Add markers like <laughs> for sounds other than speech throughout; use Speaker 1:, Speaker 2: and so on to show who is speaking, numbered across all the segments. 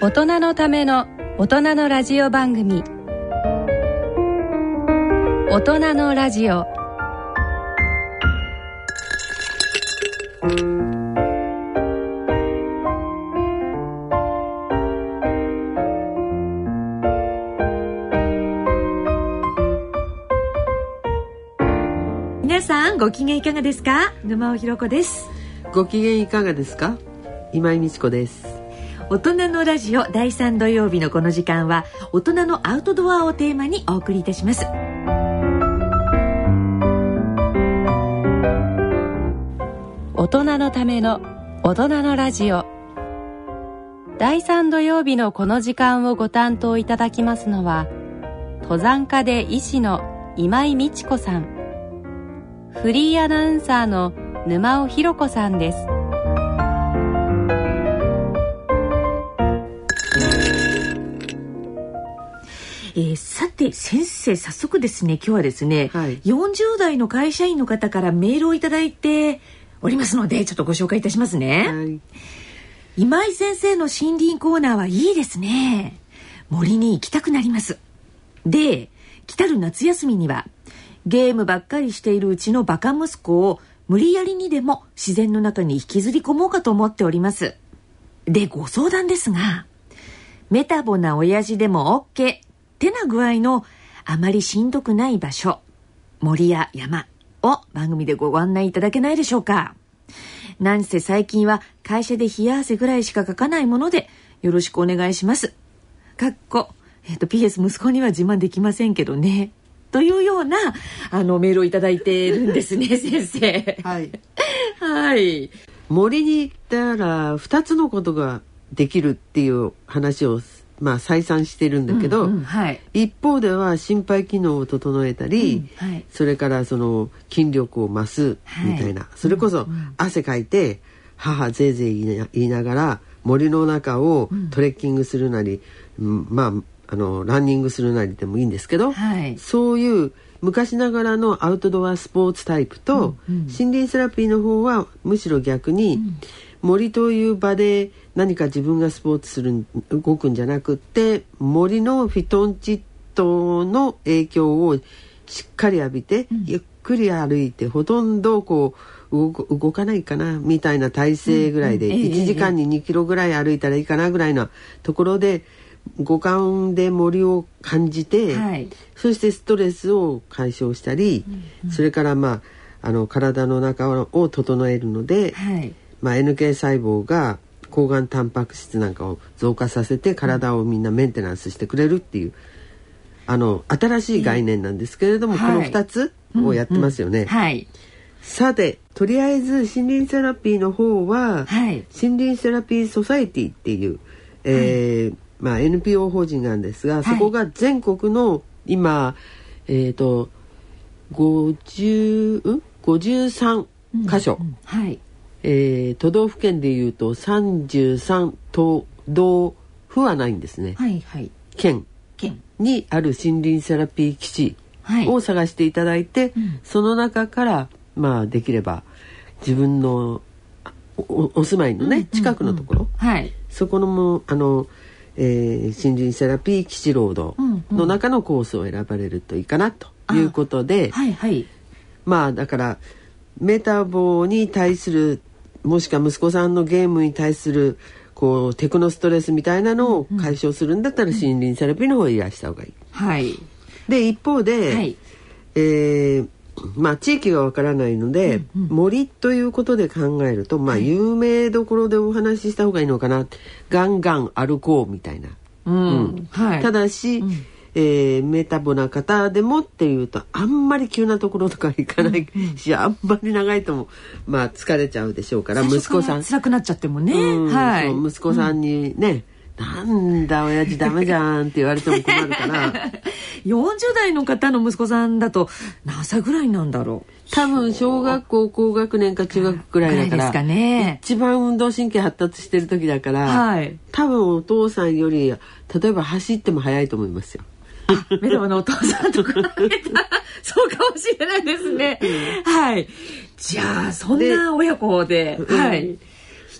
Speaker 1: 大人のための大人のラジオ番組大人のラジオ
Speaker 2: 皆さんご機嫌いかがですか沼尾ひろ子です
Speaker 3: ご機嫌いかがですか今井美智子です
Speaker 2: 大人のラジオ第3土曜日のこの時間は大人のアウトドアをテーマにお送りいたします
Speaker 1: 大人のための大人のラジオ第3土曜日のこの時間をご担当いただきますのは登山家で医師の今井美智子さんフリーアナウンサーの沼尾ひろ子さんです
Speaker 2: えーさて先生早速ですね今日はですね、
Speaker 3: はい
Speaker 2: 40代の会社員の方からメールをいただいておりますのでちょっとご紹介いたしますね、
Speaker 3: はい
Speaker 2: 今井先生の森林コーナーはいいですね森に行きたくなりますで来たる夏休みにはゲームばっかりしているうちのバカ息子を無理やりにでも自然の中に引きずり込もうかと思っておりますでご相談ですがメタボな親父でも OK ってな具合のあまりしんどくない場所森や山を番組でご案内いただけないでしょうかなんせ最近は会社で冷や汗ぐらいしか書かないもので、よろしくお願いします。かっこ、えっ、と、PS 息子には自慢できませんけどね。というような、あの、メールをいただいてるんですね、
Speaker 3: <laughs>
Speaker 2: 先生。
Speaker 3: はい
Speaker 2: はい。
Speaker 3: 森に行ったら2つのことができるっていう話をまあ再三してるんだけど、
Speaker 2: うんうんはい。
Speaker 3: 一方では心肺機能を整えたり、
Speaker 2: うんはい
Speaker 3: それからその筋力を増すみたいな、それこそ汗かいて母ぜいぜい言いな言いながら森の中をトレッキングするなり、うんまああのランニングするなりでもいいんですけど、
Speaker 2: はい
Speaker 3: そういう昔ながらのアウトドアスポーツタイプと、森林セラピーの方はむしろ逆に、森という場で何か自分がスポーツする動くんじゃなくって森のフィトンチッドの影響をしっかり浴びて、ゆっくり歩いてほとんどこう動く動かないかなみたいな体勢ぐらいで、
Speaker 2: うんうんええ
Speaker 3: 1時間に2キロぐらい歩いたらいいかなぐらいのところで五感で森を感じて、
Speaker 2: はい
Speaker 3: そしてストレスを解消したり、それからまああの体の中を整えるので、
Speaker 2: はい。
Speaker 3: まあ、NK 細胞が抗がんタンパク質なんかを増加させて体をみんなメンテナンスしてくれるっていうあの新しい概念なんですけれども、
Speaker 2: ええはい
Speaker 3: この2つをやってますよね。
Speaker 2: はい。
Speaker 3: さてとりあえず森林セラピーの方は、
Speaker 2: はい。
Speaker 3: 森林セラピーソサエティっていう、えーまあ、NPO 法人なんですが、
Speaker 2: い
Speaker 3: そこが全国の今えっ、と50ん53箇所、
Speaker 2: はい。
Speaker 3: えー都道府県でいうと33都道府はないんですね、
Speaker 2: はい。はい。
Speaker 3: 県
Speaker 2: 県。
Speaker 3: にある森林セラピー基地
Speaker 2: はい。
Speaker 3: を探していただいて、
Speaker 2: ん
Speaker 3: その中からまあできれば自分のあおお住まいのね、近くのところ、
Speaker 2: はい。
Speaker 3: そこのもあの、えー森林セラピー基地ロード
Speaker 2: うんうん
Speaker 3: の中のコースを選ばれるといいかなということで、
Speaker 2: はい。はい。
Speaker 3: まあだからメタボに対するもしくは息子さんのゲームに対するこうテクノストレスみたいなのを解消するんだったら森林セラピーの方へいらした方がいい。
Speaker 2: はい。
Speaker 3: で一方で、
Speaker 2: はい
Speaker 3: えーまあ、地域がわからないので、森ということで考えると、まあ、有名どころでお話しした方がいいのかなガンガン歩こうみたいな、
Speaker 2: うん。はい。
Speaker 3: た、だし、えーメタボな方でもっていうとあんまり急なところとか行かないし、あんまり長いとも、まあ、疲れちゃうでしょうから息子さん
Speaker 2: 辛くなっちゃってもね。
Speaker 3: うん
Speaker 2: はい。
Speaker 3: そう息子さんにね、なんだ親父ダメじゃんって言われても困るから
Speaker 2: <laughs> 40代の方の息子さんだと何歳ぐらいなんだろう
Speaker 3: 多分小学校高学年か中学ぐらいだ
Speaker 2: ぐ
Speaker 3: から
Speaker 2: ですかね
Speaker 3: 一番運動神経発達してる時だから、
Speaker 2: はい
Speaker 3: 多分お父さんより例えば走っても早いと思いますよ。
Speaker 2: 目玉のお父さんと比べたら
Speaker 3: <laughs>
Speaker 2: そうかもしれないですね、はいじゃあそんな親子で、
Speaker 3: ん
Speaker 2: はい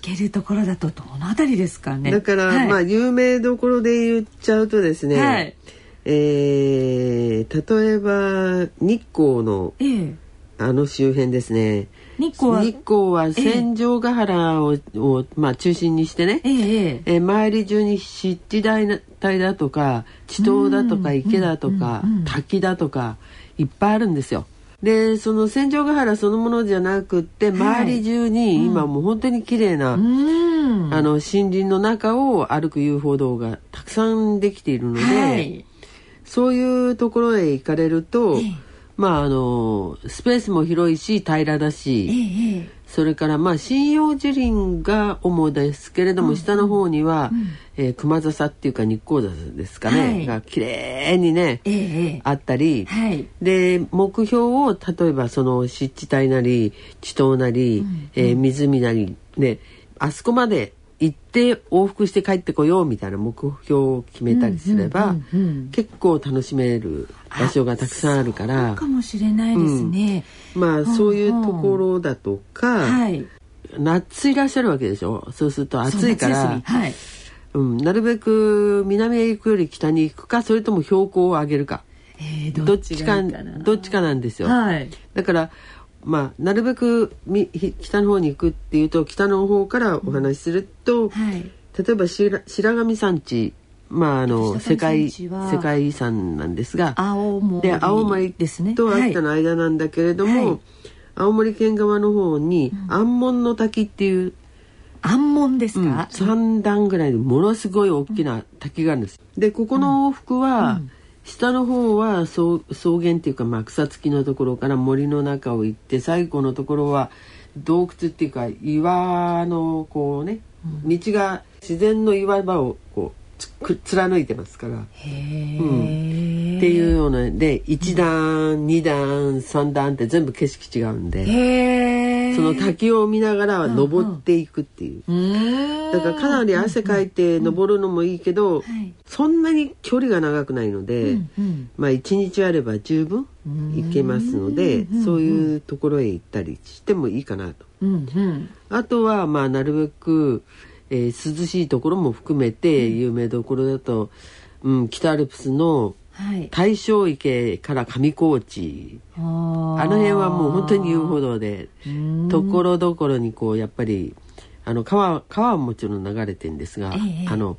Speaker 2: 引けるところだとどのあたりですかね
Speaker 3: だから、
Speaker 2: はい
Speaker 3: まあ有名どころで言っちゃうとですね、
Speaker 2: はい
Speaker 3: えー例えば日光の
Speaker 2: ええ
Speaker 3: あの周辺ですね
Speaker 2: 日光は
Speaker 3: 日光は戦場ヶ原を,、をまあ、中心にしてね、
Speaker 2: ええええ
Speaker 3: えー周り中に湿地帯だとか地頭だとか池だとか滝だとかいっぱいあるんですよ。でその戦場ヶ原そのものじゃなくって
Speaker 2: はい
Speaker 3: 周り中に今もう本当に綺麗な、
Speaker 2: うーん
Speaker 3: あの森林の中を歩く遊歩道がたくさんできているので、
Speaker 2: はい
Speaker 3: そういうところへ行かれると、
Speaker 2: ええ
Speaker 3: まああのスペースも広いし平らだし。
Speaker 2: ええええ
Speaker 3: それからまあ針葉樹林が主ですけれども、下の方には、えー熊笹っていうか日光笹ですかね、
Speaker 2: はい
Speaker 3: が綺麗にね、
Speaker 2: ええええ
Speaker 3: あったり、
Speaker 2: はい
Speaker 3: で目標を例えばその湿地帯なり地頭なり、えー湖なりねあそこまで行って往復して帰ってこようみたいな目標を決めたりすれば、
Speaker 2: うんうんうんうん
Speaker 3: 結構楽しめる場所がたくさんあるから
Speaker 2: かもしれないですね、
Speaker 3: まあそういうところだとか。
Speaker 2: はい
Speaker 3: 夏いらっしゃるわけでしょそうすると暑いか
Speaker 2: そう
Speaker 3: ら
Speaker 2: 夏休みはい
Speaker 3: うん、なるべく南へ行くより北に行くかそれとも標高を上げるか
Speaker 2: ええ
Speaker 3: どっちか
Speaker 2: がいいかな
Speaker 3: どっちかなんですよ、
Speaker 2: はい
Speaker 3: だからまあなるべくみひ北の方に行くっていうと北の方からお話しすると、
Speaker 2: はい
Speaker 3: 例えば白白神山地まああの世
Speaker 2: 白
Speaker 3: 界
Speaker 2: 神山地は
Speaker 3: 世界遺産なんですが
Speaker 2: 青森
Speaker 3: で青森
Speaker 2: ですね
Speaker 3: と秋田
Speaker 2: はい
Speaker 3: の間なんだけれども、
Speaker 2: はい
Speaker 3: 青森県側の方に安門の滝っていう、
Speaker 2: 安門ですか、
Speaker 3: 3段ぐらいでものすごい大きな滝があるんですでここの往復は、下の方は草草原っていうか、まあ、草付きのところから森の中を行って最後のところは洞窟っていうか岩のこうね道が自然の岩場をこうつく貫いてますから。
Speaker 2: へえ、
Speaker 3: っていうようなで1段2段3段って全部景色違うんで
Speaker 2: へえ
Speaker 3: その滝を見ながら登っていくっていう。
Speaker 2: うーん
Speaker 3: だからかなり汗かいて登るのもいいけ
Speaker 2: は
Speaker 3: ど、
Speaker 2: い
Speaker 3: そんなに距離が長くないので、
Speaker 2: うん
Speaker 3: まあ1日あれば十分行けますので、そういうところへ行ったりしてもいいかなと。
Speaker 2: うんうん
Speaker 3: あとはまあなるべく、えー涼しいところも含めて有名どころだと、うん、北アルプスの
Speaker 2: はい
Speaker 3: 大正池から上高地
Speaker 2: あの
Speaker 3: あの辺はもう本当に遊歩道でところどころにこうやっぱりあの川川はもちろん流れてるんですが、
Speaker 2: ええ
Speaker 3: あの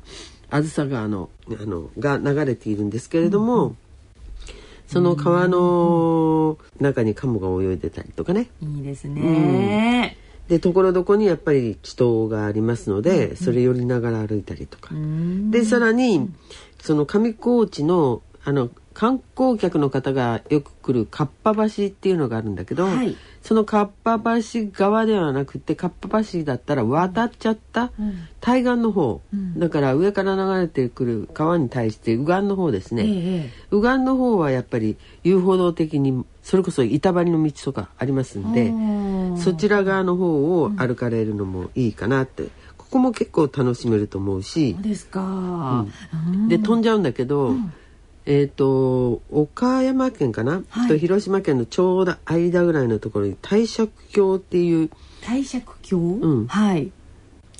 Speaker 3: 梓川のあのが流れているんですけれども、その川の中にカモが泳いでたりとかね
Speaker 2: いいですね
Speaker 3: でところどころにやっぱり地頭がありますのでそれ寄りながら歩いたりとか、
Speaker 2: うん
Speaker 3: でさらにその上高地のあの観光客の方がよく来るかっぱ橋っていうのがあるんだけど、
Speaker 2: はい
Speaker 3: そのかっぱ橋側ではなくてかっぱ橋だったら渡っちゃった
Speaker 2: うん
Speaker 3: 対岸の方、
Speaker 2: うん
Speaker 3: だから上から流れてくる川に対して右岸の方ですね、
Speaker 2: ええ
Speaker 3: 右岸の方はやっぱり遊歩道的にそれこそ板張りの道とかありますんで、
Speaker 2: うん
Speaker 3: そちら側の方を歩かれるのもいいかなって、ここも結構楽しめると思うし。
Speaker 2: そうですかうん
Speaker 3: で飛んじゃうんだけど、えっ、と岡山県かな、
Speaker 2: はい
Speaker 3: と広島県のちょうど間ぐらいのところに帝釈峡っていう
Speaker 2: 帝釈峡
Speaker 3: うん
Speaker 2: はい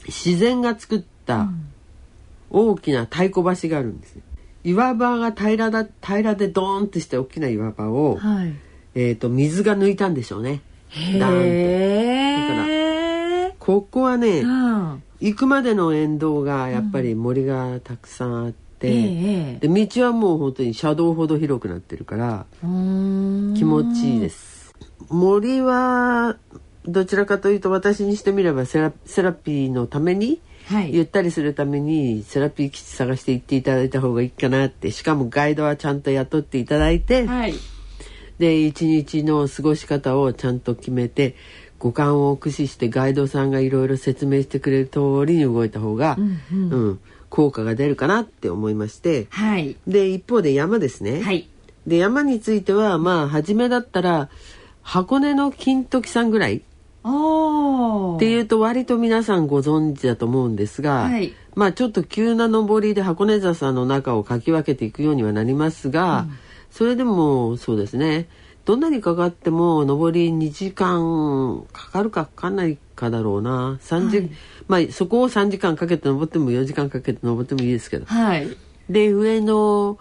Speaker 3: 自然が作った大きな太鼓橋があるんですね岩場が平らだ平らでドーンとして大きな岩場を、
Speaker 2: はい
Speaker 3: えー、と水が抜いたんでしょうねダーンと
Speaker 2: へえ
Speaker 3: ここはね、
Speaker 2: うん
Speaker 3: 行くまでの沿道がやっぱり森がたくさんあって、
Speaker 2: ええ
Speaker 3: で道はもう本当に車道ほど広くなってるから、
Speaker 2: うん
Speaker 3: 気持ちいいです森はどちらかというと私にしてみればセラセラピーのために
Speaker 2: はい
Speaker 3: ゆったりするためにセラピー基地探して行っていただいた方がいいかなってしかもガイドはちゃんと雇っていただいて、
Speaker 2: はい
Speaker 3: で一日の過ごし方をちゃんと決めて五感を駆使してガイドさんがいろいろ説明してくれる通りに動いた方が、
Speaker 2: うんうん
Speaker 3: うん効果が出るかなって思いまして
Speaker 2: はい
Speaker 3: で一方で山ですね、
Speaker 2: はい
Speaker 3: で山についてはまあ初めだったら箱根の金時さんぐらい
Speaker 2: おー
Speaker 3: っていうと割と皆さんご存知だと思うんですが、
Speaker 2: はい
Speaker 3: まあちょっと急な登りで箱根笹の中をかき分けていくようにはなりますが、それでもそうですねどんなにかかっても上り2時間かかるかかかんないかだろうな3時、まあそこを3時間かけて登っても4時間かけて登ってもいいですけど
Speaker 2: はい
Speaker 3: で上の、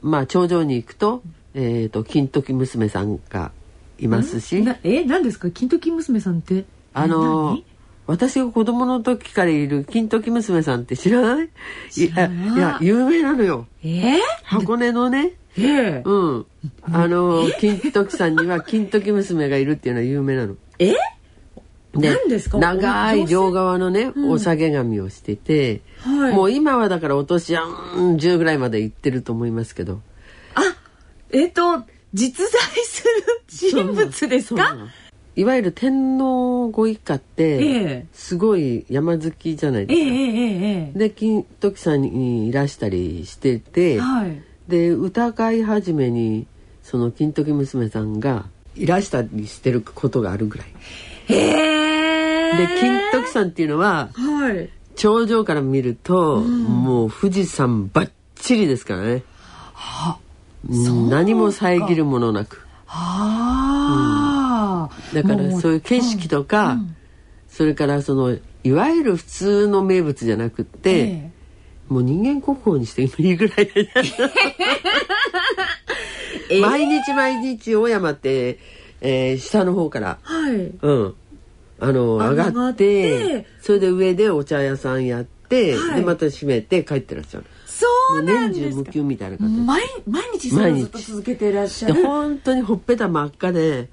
Speaker 3: まあ、頂上に行くと,、えー、と金時娘さんがいますし、
Speaker 2: なえ何ですか金時娘さんって
Speaker 3: あの
Speaker 2: 何
Speaker 3: 私が子供の時からいる金時娘さんって知らない
Speaker 2: 知らない
Speaker 3: いやいや有名なのよ
Speaker 2: え
Speaker 3: 箱根のね
Speaker 2: ええ
Speaker 3: うんあの金時さんには金時娘がいるっていうのは有名なの。
Speaker 2: え何ですか
Speaker 3: 長い両
Speaker 2: 女
Speaker 3: 側のね、お下げ髪をしてて、
Speaker 2: はい
Speaker 3: もう今はだからお年やん10ぐらいまで行ってると思いますけど
Speaker 2: えっ、と実在する人物です
Speaker 3: そうな
Speaker 2: か
Speaker 3: のいわゆる天皇ご一家って、
Speaker 2: ええ
Speaker 3: すごい山好きじゃない
Speaker 2: え
Speaker 3: で
Speaker 2: え
Speaker 3: すか。
Speaker 2: えええ
Speaker 3: で金時さんにいらしたりしてて、
Speaker 2: えはい
Speaker 3: で歌会始めにその金時娘さんがいらしたりしてることがあるぐらい。
Speaker 2: え
Speaker 3: で
Speaker 2: え
Speaker 3: 金時さんっていうのは
Speaker 2: はい
Speaker 3: 頂上から見ると、もう富士山ばっちりですからね。うん何も遮るものなく。
Speaker 2: ああ、
Speaker 3: だから
Speaker 2: もう
Speaker 3: そういう景色とか、それからそのいわゆる普通の名物じゃなくって、
Speaker 2: え
Speaker 3: もう人間国宝にしていいぐらい、
Speaker 2: <laughs>
Speaker 3: 毎日毎日大山って、えー下の方から、
Speaker 2: えはい
Speaker 3: うん、あの
Speaker 2: あ
Speaker 3: 上が
Speaker 2: 上が
Speaker 3: っ
Speaker 2: ってて
Speaker 3: それで上でお茶屋さんやって、
Speaker 2: はい
Speaker 3: でまた閉めて帰ってらっしゃる
Speaker 2: そう
Speaker 3: もう
Speaker 2: なん
Speaker 3: 年中
Speaker 2: です
Speaker 3: 無
Speaker 2: か
Speaker 3: 休みたいな形
Speaker 2: 毎毎日それをずっと
Speaker 3: 毎日
Speaker 2: 続けてらっしゃ
Speaker 3: で
Speaker 2: <laughs> る
Speaker 3: 本当にほっぺた真っ赤で、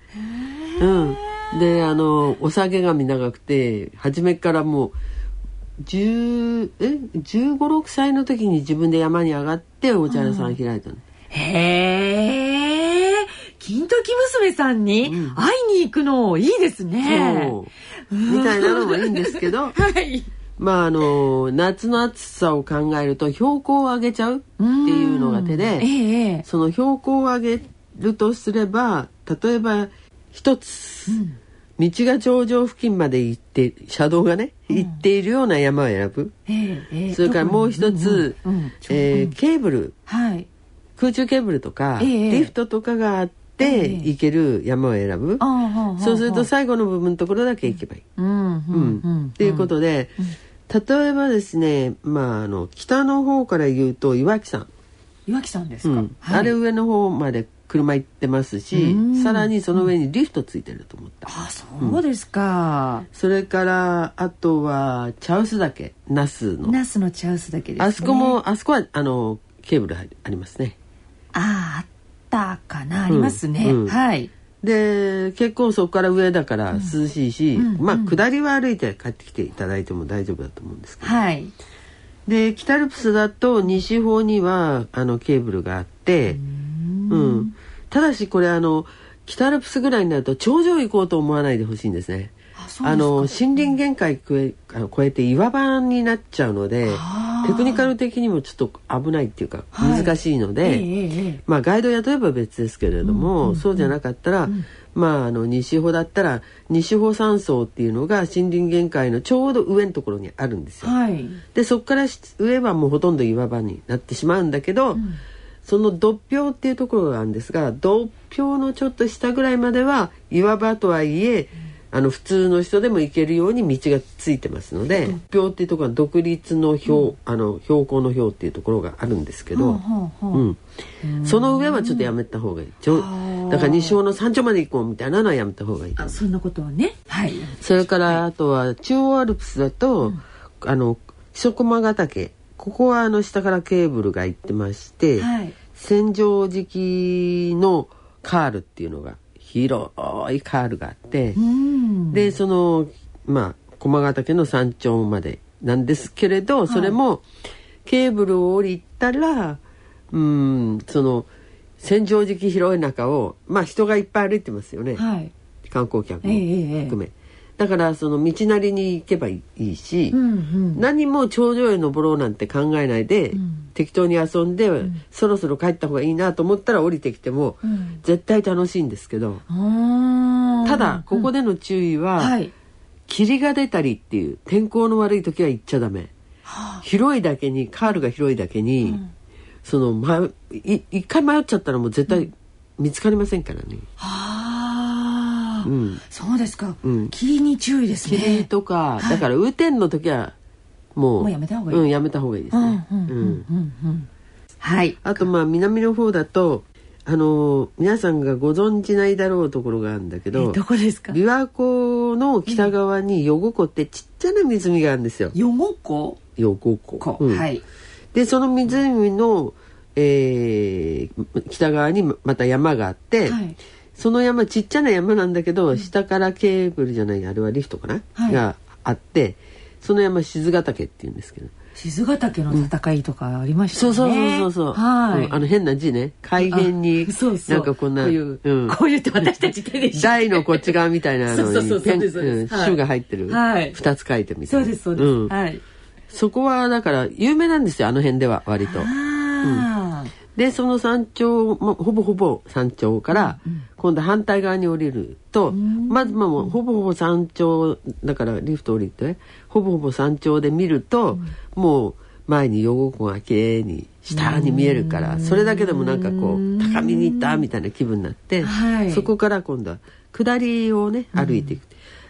Speaker 3: うん、であのお下げ髪長くて初めからもう10え1 5六6歳の時に自分で山に上がってお茶屋さん開いたの、
Speaker 2: へえ金時娘さんに会いに行くのいいですね、
Speaker 3: そうみたいなのもいいんですけど
Speaker 2: はい
Speaker 3: <laughs> まああの夏の暑さを考えると標高を上げちゃうっていうのが手で。
Speaker 2: ええええ
Speaker 3: その標高を上げるとすれば例えば一つ、道が頂上付近まで行って車道がね、行っているような山を選ぶ、
Speaker 2: ええええ
Speaker 3: それからもう一つ、
Speaker 2: うんうん
Speaker 3: えーケーブル
Speaker 2: はい
Speaker 3: 空中ケーブルとか、
Speaker 2: ええええ
Speaker 3: リフトとかがあって
Speaker 2: ええ
Speaker 3: 行ける山を選ぶ、
Speaker 2: ああああ
Speaker 3: そうする
Speaker 2: あ
Speaker 3: と
Speaker 2: あ
Speaker 3: 最後の部分のところだけ行けばいい。
Speaker 2: うんうん
Speaker 3: うん
Speaker 2: うん
Speaker 3: っていうことで、例えばですね、まあ、あの北の方から言うと岩木山
Speaker 2: 岩木さんです
Speaker 3: う
Speaker 2: か、
Speaker 3: ん
Speaker 2: はい
Speaker 3: あれ上の方まで車行ってますし、
Speaker 2: うん
Speaker 3: さらにその上にリフトついてると思った、
Speaker 2: あそうですか、
Speaker 3: それからあとは茶臼岳那須の、
Speaker 2: ナスのチャウスだけです、ね、
Speaker 3: あそこもあそこはあのケーブル入りありますね
Speaker 2: あああったかなありますね、
Speaker 3: うんうん
Speaker 2: はい
Speaker 3: で結構そこから上だから涼しいし、
Speaker 2: うん
Speaker 3: まあ
Speaker 2: うん
Speaker 3: 下りは歩いて帰ってきていただいても大丈夫だと思うんですけど、
Speaker 2: はい
Speaker 3: で北アルプスだと西方にはあのケーブルがあってうん、ただしこれあの北アルプスぐらいになると頂上行こうと思わないでほしいんですね
Speaker 2: あそうですか
Speaker 3: あの森林限界越えあの越えて岩場になっちゃうので
Speaker 2: あー
Speaker 3: テクニカル的にもちょっと危ないっていうか
Speaker 2: はい
Speaker 3: 難しいので、
Speaker 2: ええええええ
Speaker 3: まあ、ガイド雇えば別ですけれども、そうじゃなかったら、まあ、あの西穂だったら西穂山荘っていうのが森林限界のちょうど上のところにあるんですよ。
Speaker 2: はい
Speaker 3: でそこからし上はもうほとんど岩場になってしまうんだけど、その独標っていうところがあるんですが独標のちょっと下ぐらいまでは岩場とはいえ、あの普通の人でも行けるように道がついてますので独標っていうところは独立の標、あの標高の標っていうところがあるんですけど、
Speaker 2: ほうほうほう
Speaker 3: うん、その上はちょっとやめた方がいいちょ
Speaker 2: ー
Speaker 3: だから西尾の山頂まで行こうみたいなのはやめた方がいいと思
Speaker 2: あ
Speaker 3: う
Speaker 2: そんなことはねはい
Speaker 3: それからあとは中央アルプスだと、あの木曽駒ヶ岳ここはあの下からケーブルが行ってまして、
Speaker 2: はい
Speaker 3: 千畳敷のカールっていうのが広いカールがあって、
Speaker 2: うん
Speaker 3: でそのまあ駒ヶ岳の山頂までなんですけれど、それもケーブルを降りたらうんその千畳敷広い中をまあ人がいっぱい歩いてますよね。
Speaker 2: はい
Speaker 3: 観光客も
Speaker 2: ええええ
Speaker 3: 含め、だからその道なりに行けばいいし、
Speaker 2: うんうん
Speaker 3: 何も頂上へ登ろうなんて考えないで、適当に遊んで、そろそろ帰った方がいいなと思ったら降りてきても、
Speaker 2: ん
Speaker 3: 絶対楽しいんですけど、
Speaker 2: あー
Speaker 3: ただここでの注意は、
Speaker 2: はい
Speaker 3: 霧が出たりっていう天候の悪い時は行っちゃダメ、広いだけにカールが広いだけに、その、ま、い一回迷っちゃったらもう絶対見つかりませんからね。
Speaker 2: ああ、
Speaker 3: うん
Speaker 2: そうですか、
Speaker 3: うん
Speaker 2: 霧に注意ですね
Speaker 3: 霧とか、だから雨天の時はもう
Speaker 2: もうやめた方がいい
Speaker 3: うん、やめた方がいいですね。
Speaker 2: うんうんうん
Speaker 3: うん
Speaker 2: うんうんはい
Speaker 3: あとまあ南の方だとあの皆さんがご存じないだろうところがあるんだけ
Speaker 2: え
Speaker 3: ど
Speaker 2: どこですか
Speaker 3: 琵琶湖の北側に余呉湖ってちっちゃな湖があるんですよ
Speaker 2: よごこ
Speaker 3: 余呉
Speaker 2: こ
Speaker 3: 湖、うん
Speaker 2: はい
Speaker 3: でその湖の、えー北側にまた山があって、
Speaker 2: はい
Speaker 3: その山ちっちゃな山なんだけど、下からケーブルじゃないあれはリフトかな、
Speaker 2: はい
Speaker 3: があってその山静ヶ岳っていうんですけど
Speaker 2: 静ヶ岳の戦いとかありました
Speaker 3: そう
Speaker 2: ね
Speaker 3: そうそうそうそう、
Speaker 2: はい、
Speaker 3: うんあの変な字ね海辺に
Speaker 2: あそうそう
Speaker 3: なんかこんな
Speaker 2: こういう、
Speaker 3: うん
Speaker 2: こういうって私たち手でしょ
Speaker 3: 台のこっち側みたいなの
Speaker 2: <laughs> そうそうそう
Speaker 3: にペ
Speaker 2: そう
Speaker 3: ン
Speaker 2: ですそうです
Speaker 3: うん
Speaker 2: はい
Speaker 3: 種が入ってる
Speaker 2: はい
Speaker 3: 2つ書いてみた
Speaker 2: そ
Speaker 3: いうな
Speaker 2: ですそうです、
Speaker 3: うん
Speaker 2: はい
Speaker 3: そこはだから有名なんですよあの辺では割と
Speaker 2: ああ、
Speaker 3: でその山頂、まあ、ほぼほぼ山頂から今度反対側に降りると、まずまあもうほぼほぼ山頂だからリフト降りてほぼほぼ山頂で見ると、もう前に横湖が綺麗に下に見えるから、それだけでもなんかこう高みに行ったみたいな気分になって、
Speaker 2: はい
Speaker 3: そこから今度は下りをね歩いていく。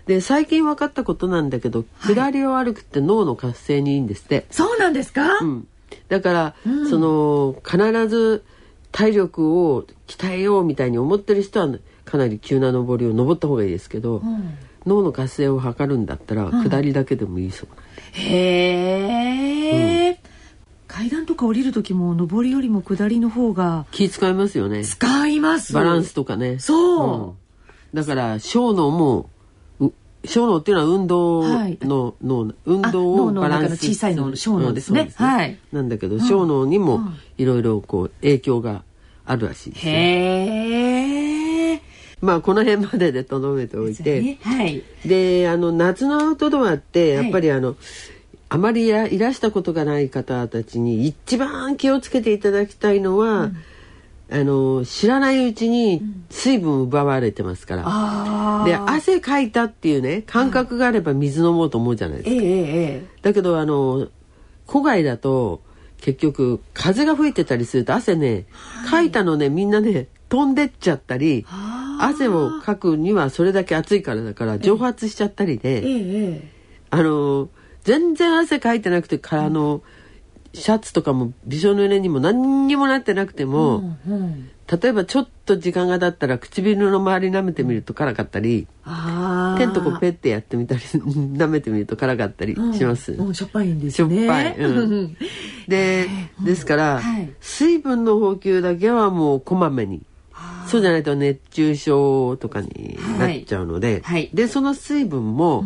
Speaker 3: で最近分かったことなんだけど下りを歩くって脳の活性にいいんですって。
Speaker 2: そうなんですか、
Speaker 3: うん、だから、その必ず体力を鍛えようみたいに思ってる人はかなり急な登りを登った方がいいですけど、
Speaker 2: ん
Speaker 3: 脳の活性を図るんだったら、下りだけでもいいそう
Speaker 2: へえ、階段とか降りる時も上りよりも下りの方が
Speaker 3: 気使いますよね
Speaker 2: 使います
Speaker 3: バランスとかね
Speaker 2: そ
Speaker 3: うんだから小脳もう小脳っていうのは運動の、
Speaker 2: はい
Speaker 3: 脳運動
Speaker 2: あ脳
Speaker 3: を
Speaker 2: の
Speaker 3: バラン
Speaker 2: 中
Speaker 3: ス
Speaker 2: の小さい脳の小脳ですね
Speaker 3: うんそう
Speaker 2: はい
Speaker 3: なんだけど小脳にもいろいろこう影響があるらしいですよ
Speaker 2: へえ
Speaker 3: まあこの辺まででとどめておいて、
Speaker 2: はい
Speaker 3: であの夏のアウトドアってや
Speaker 2: はい
Speaker 3: っぱりあの、あまりやいらしたことがない方たちに一番気をつけていただきたいのは、あの知らないうちに水分奪われてますから、
Speaker 2: ああ
Speaker 3: で汗かいたっていうね感覚があれば水飲もうと思うじゃないです
Speaker 2: え
Speaker 3: か、
Speaker 2: えええ
Speaker 3: だけどあの戸外だと結局風が吹いてたりすると汗ねかいたのねみんなね飛んでっちゃったり汗をかくにはそれだけ暑いからだから蒸発しちゃったり
Speaker 2: え
Speaker 3: で、
Speaker 2: ええ
Speaker 3: あの全然汗かいてなくてからの、シャツとかもびしょ濡れにも何にもなってなくても、
Speaker 2: えうん
Speaker 3: 例えばちょっと時間が経ったら唇の周り舐めてみると辛かったり
Speaker 2: ああ
Speaker 3: 手んとこペッてやってみたり <laughs> 舐めてみると辛かったりします。
Speaker 2: うんうんしょっぱいんです
Speaker 3: しょっ
Speaker 2: ね
Speaker 3: ぱい、うん
Speaker 2: うん
Speaker 3: <laughs> でですから、
Speaker 2: はい
Speaker 3: 水分の補給だけはもうこまめにそうじゃないと熱中症とかになっちゃうので、
Speaker 2: はいはい
Speaker 3: でその水分も、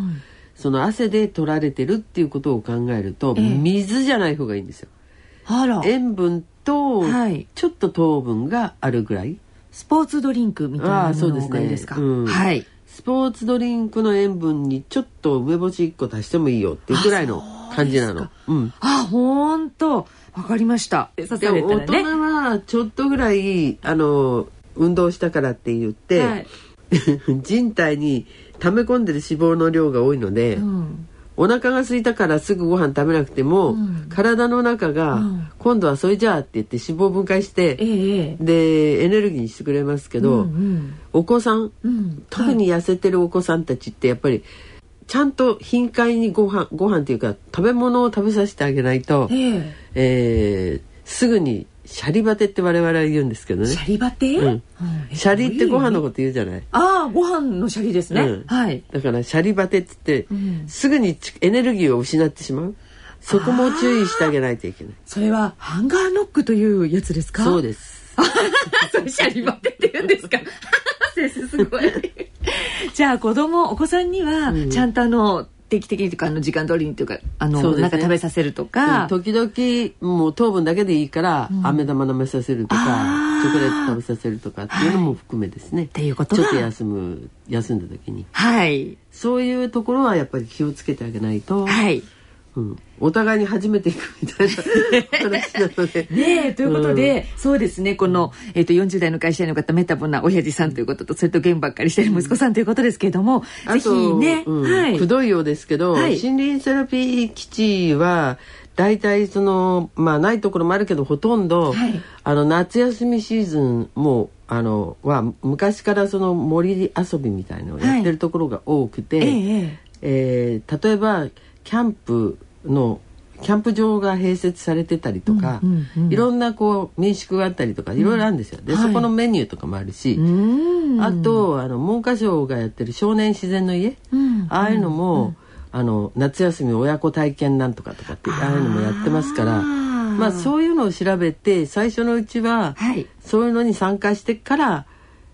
Speaker 3: その汗で取られてるっていうことを考えると、
Speaker 2: ええ
Speaker 3: 水じゃない方がいいんですよ
Speaker 2: <laughs> あら
Speaker 3: 塩分と
Speaker 2: はい
Speaker 3: ちょっと糖分があるぐらい、
Speaker 2: スポーツドリンクみたいな
Speaker 3: あー
Speaker 2: も
Speaker 3: そう
Speaker 2: の
Speaker 3: で
Speaker 2: の
Speaker 3: すね
Speaker 2: がいいですか
Speaker 3: うん
Speaker 2: はい
Speaker 3: スポーツドリンクの塩分にちょっと梅干し1個足してもいいよっていうぐらいの感じなのうん
Speaker 2: あほんとわかりました刺
Speaker 3: で
Speaker 2: されたらね
Speaker 3: 大人はちょっとぐらいあの運動したからって言って、
Speaker 2: はい
Speaker 3: <laughs> 人体に溜め込んでる脂肪の量が多いので、
Speaker 2: うん
Speaker 3: お腹が空いたからすぐご飯食べなくても、体の中が、
Speaker 2: ん
Speaker 3: 今度はそれじゃあって言って脂肪分解して、
Speaker 2: ええ
Speaker 3: でエネルギーにしてくれますけど、
Speaker 2: うんうん
Speaker 3: お子さん、
Speaker 2: うん
Speaker 3: 特に痩せてるお子さんたちってやっぱりちゃんと頻回にご飯ご飯っていうか食べ物を食べさせてあげないと。
Speaker 2: ええ
Speaker 3: えーすぐにシャリバテって我々は言うんですけどね
Speaker 2: シャリバテ、
Speaker 3: うん
Speaker 2: え
Speaker 3: シャリってご飯の
Speaker 2: どういう意味
Speaker 3: こと言うじゃない
Speaker 2: ああご飯のシャリですね、
Speaker 3: うん
Speaker 2: はい
Speaker 3: だからシャリバテって言って、
Speaker 2: ん
Speaker 3: すぐにちエネルギーを失ってしまうそこも注意してあげないといけない
Speaker 2: それはハンガーノックというやつですか
Speaker 3: そう
Speaker 2: で
Speaker 3: です
Speaker 2: す <laughs> それシャリバテって言うんですか <laughs> 先生すごい <laughs> じゃあ子供お子さんにはちゃんとあの、定期的にとかあの時間通りにというかあの、
Speaker 3: そうですね
Speaker 2: なんか食べさせると
Speaker 3: うん
Speaker 2: か、
Speaker 3: 時々もう糖分だけでいいから、飴玉舐めさせると
Speaker 2: あ
Speaker 3: か
Speaker 2: ー
Speaker 3: チョコレート食べさせるとかっていうのも含めですね、
Speaker 2: ていうこと
Speaker 3: ち
Speaker 2: が
Speaker 3: ょっと休む休んだ時に
Speaker 2: はい
Speaker 3: そういうところはやっぱり気をつけてあげないと、
Speaker 2: はい、
Speaker 3: ううん、お互いに初めて行くみたい
Speaker 2: <laughs>
Speaker 3: な話なので
Speaker 2: ねえということで、そうですねこの、えっと40代の会社員の方メタボな親父さんということとそれとゲームばっかりしてる息子さんということですけれども、ぜ
Speaker 3: あ
Speaker 2: ひ
Speaker 3: と、
Speaker 2: ね、
Speaker 3: うん
Speaker 2: はい
Speaker 3: くどいようですけど、
Speaker 2: はい
Speaker 3: 森林セラピー基地は大体そのまあないところもあるけどほとんど、
Speaker 2: はい
Speaker 3: あの夏休みシーズンもうあのは昔からその森遊びみたいのをやってるところが多くて、
Speaker 2: ええええ
Speaker 3: えー例えばキャンプのキャンプ場が併設されてたりとか、
Speaker 2: うんうんうん
Speaker 3: いろんなこう民宿があったりとかいろいろあるんですよ。で、
Speaker 2: はい
Speaker 3: そこのメニューとかもあるし、
Speaker 2: うーん
Speaker 3: あとあの文科省がやってる少年自然の家、
Speaker 2: うん
Speaker 3: ああいうのも、あの夏休み親子体験なんとかとかってああいうのもやってますから
Speaker 2: あー
Speaker 3: まあそういうのを調べて最初のうちは、
Speaker 2: はい
Speaker 3: そういうのに参加してから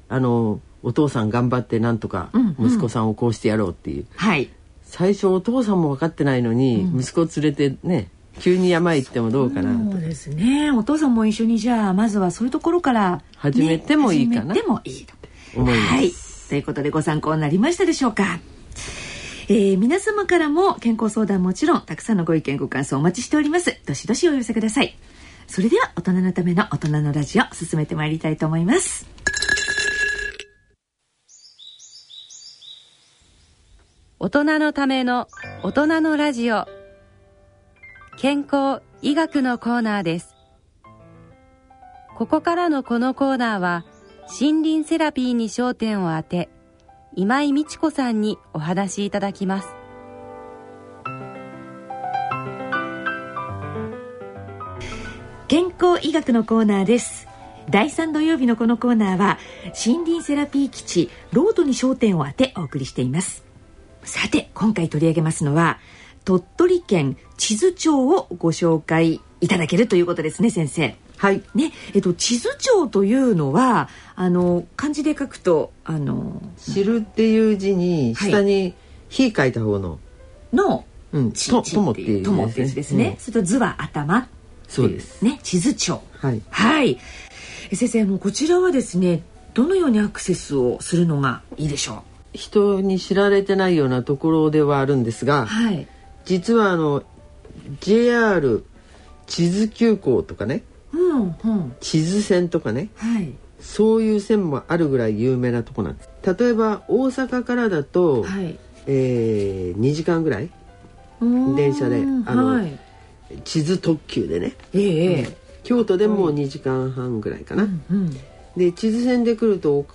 Speaker 3: あのお父さん頑張ってなんとか
Speaker 2: うんうん
Speaker 3: 息子さんをこうしてやろうっていう、
Speaker 2: はい
Speaker 3: 最初お父さんも分かってないのに、息子を連れてね急に山行ってもどうかなと
Speaker 2: そうですねお父さんも一緒にじゃあまずはそういうところから、ね
Speaker 3: 始めてもいいかな
Speaker 2: 始めてもいいと
Speaker 3: 思います。
Speaker 2: はいということでご参考になりましたでしょうかえー皆様からも健康相談もちろんたくさんのご意見ご感想お待ちしておりますどしどしお寄せくださいそれでは大人のための大人のラジオ進めてまいりたいと思います
Speaker 1: 大人のための大人のラジオ健康医学のコーナーですここからのこのコーナーは森林セラピーに焦点を当て今井美智子さんにお話しいただきます
Speaker 2: 健康医学のコーナーです第3土曜日のこのコーナーは森林セラピー基地ロードに焦点を当てお送りしていますさて今回取り上げますのは鳥取県地図町をご紹介いただけるということですね先生
Speaker 3: はい
Speaker 2: ねえっと、地図帳というのはあの漢字で書くとあの
Speaker 3: 知るっていう字に
Speaker 2: はい
Speaker 3: 下に「火」書いた方の
Speaker 2: の
Speaker 3: 「うん、
Speaker 2: 地
Speaker 3: と」
Speaker 2: 地
Speaker 3: ともっていう字
Speaker 2: 友っていう字ですね、
Speaker 3: うん
Speaker 2: それと図は頭ってい
Speaker 3: そうです。
Speaker 2: ね地図帳
Speaker 3: はい。
Speaker 2: はいえ先生あのこちらはですねどのようにアクセスをするのがいいでしょ
Speaker 3: 人に知られてないようなところではあるんです
Speaker 2: う
Speaker 3: が、
Speaker 2: はい
Speaker 3: 実はあの JR 地図急行とかね、
Speaker 2: うんうん
Speaker 3: 地図線とかね、
Speaker 2: はい
Speaker 3: そういう線もあるぐらい有名なとこなんです。例えば大阪からだと、
Speaker 2: はい
Speaker 3: えー、2時間ぐらいう
Speaker 2: ーん
Speaker 3: 電車であの
Speaker 2: はい、
Speaker 3: 地図特急でね、
Speaker 2: ええええ
Speaker 3: 京都でも2時間半ぐらいかな。
Speaker 2: うん
Speaker 3: で地図線で来ると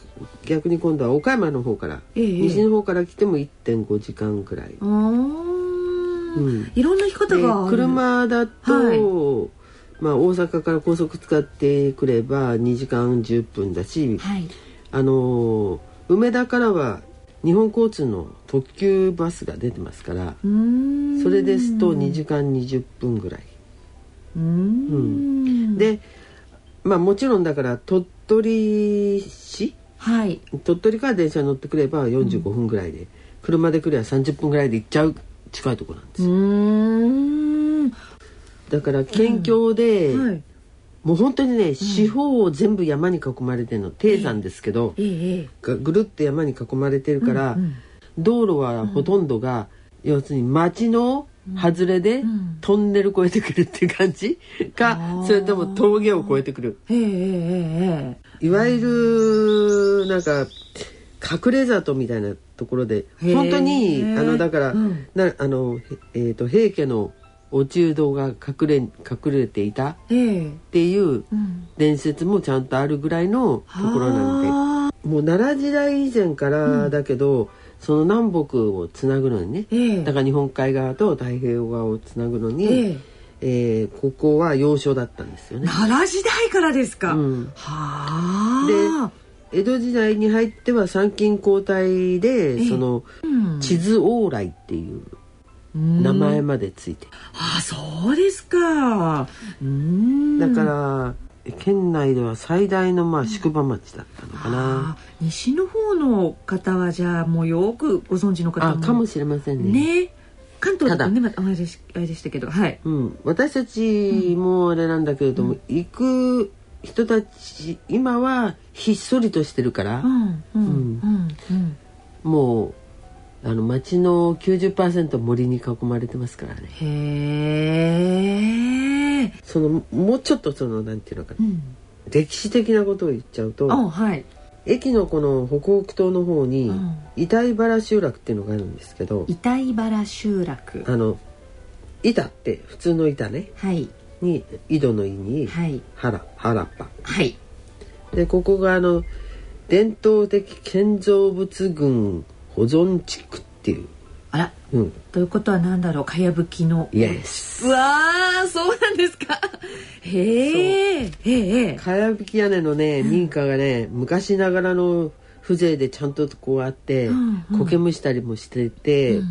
Speaker 3: 逆に今度は岡山の方から、
Speaker 2: ええ
Speaker 3: 西の方から来ても1.5時間くらい、
Speaker 2: うーん
Speaker 3: うん
Speaker 2: いろんな生き方
Speaker 3: で
Speaker 2: がある
Speaker 3: 車だと、
Speaker 2: は
Speaker 3: まあ、大阪から高速使ってくれば2時間10分だし、
Speaker 2: はい
Speaker 3: あのー梅田からは日本交通の特急バスが出てますから
Speaker 2: うーん
Speaker 3: それですと2時間20分ぐらい。
Speaker 2: うーん
Speaker 3: でまあ、もちろんだから鳥取市
Speaker 2: はい
Speaker 3: 鳥取から電車に乗ってくれば45分ぐらいで、車で来れば30分ぐらいで行っちゃう近いところなんで
Speaker 2: う
Speaker 3: すよ、
Speaker 2: ーん
Speaker 3: だから県境で、
Speaker 2: はい
Speaker 3: もう本当にね、四方を全部山に囲まれてるの低山ですけど、
Speaker 2: えええ
Speaker 3: がぐるっと山に囲まれてるから、
Speaker 2: うんうん
Speaker 3: 道路はほとんどが、要するに町の外れで、
Speaker 2: ん
Speaker 3: トンネル越えてくるっていう感じかそれとも峠を越えてくる
Speaker 2: えええええ
Speaker 3: いわゆるなんか隠れ里みたいなところで
Speaker 2: へー
Speaker 3: 本当にあのだから、
Speaker 2: うん
Speaker 3: なあのへえー、と平家のお中道が隠れ隠れていたっ
Speaker 2: えええ
Speaker 3: ていう
Speaker 2: うん
Speaker 3: 伝説もちゃんとあるぐらいのところなん
Speaker 2: はあ
Speaker 3: でもう奈良時代以前からだけど、その南北をつなぐのにね、
Speaker 2: ええ
Speaker 3: だから日本海側と太平洋側をつなぐのに、
Speaker 2: ええ
Speaker 3: えーここは要所だったんですよね。
Speaker 2: 奈良時代からですか、
Speaker 3: うん
Speaker 2: はあ
Speaker 3: で江戸時代に入っては参勤交代で、
Speaker 2: え
Speaker 3: その
Speaker 2: うん
Speaker 3: 地図往来っていう
Speaker 2: うん
Speaker 3: 名前までついてる、
Speaker 2: ああそうですかうーん
Speaker 3: だから県内では最大のまあ宿場町だったのか
Speaker 2: ああ
Speaker 3: な、
Speaker 2: 西の方の方はじゃあもうよくご存知の方
Speaker 3: あ
Speaker 2: も
Speaker 3: かもしれませんね
Speaker 2: ね関東だとね
Speaker 3: た
Speaker 2: またあれでしあれでしたけどはい
Speaker 3: うん、私たちもあれなんだけれども、行く人たち今はひっそりとしてるから、
Speaker 2: うんうん
Speaker 3: ん
Speaker 2: うんうん
Speaker 3: もうあの町の90%森に囲まれてますからね
Speaker 2: へえ、
Speaker 3: そのもうちょっとそのなんていうのか
Speaker 2: う
Speaker 3: な、
Speaker 2: ん、
Speaker 3: 歴史的なことを言っちゃうと、
Speaker 2: あはい
Speaker 3: 駅のこの北北東の方に
Speaker 2: うん
Speaker 3: 板井原集落っていうのがあるんですけど、
Speaker 2: 板井原集落
Speaker 3: あの板って普通の板ね
Speaker 2: はい
Speaker 3: に井戸の井に
Speaker 2: はい
Speaker 3: 原原っぱ
Speaker 2: はい
Speaker 3: でここがあの伝統的建造物群保存地区っていう、
Speaker 2: あら
Speaker 3: うん、
Speaker 2: ということは何だろうかやぶきの
Speaker 3: Yes
Speaker 2: うわーそうなんですかへえへえ
Speaker 3: かやぶき屋根のね民家がね昔ながらの風情でちゃんとこうあって、
Speaker 2: うんうん
Speaker 3: 苔むしたりもしてて、
Speaker 2: ん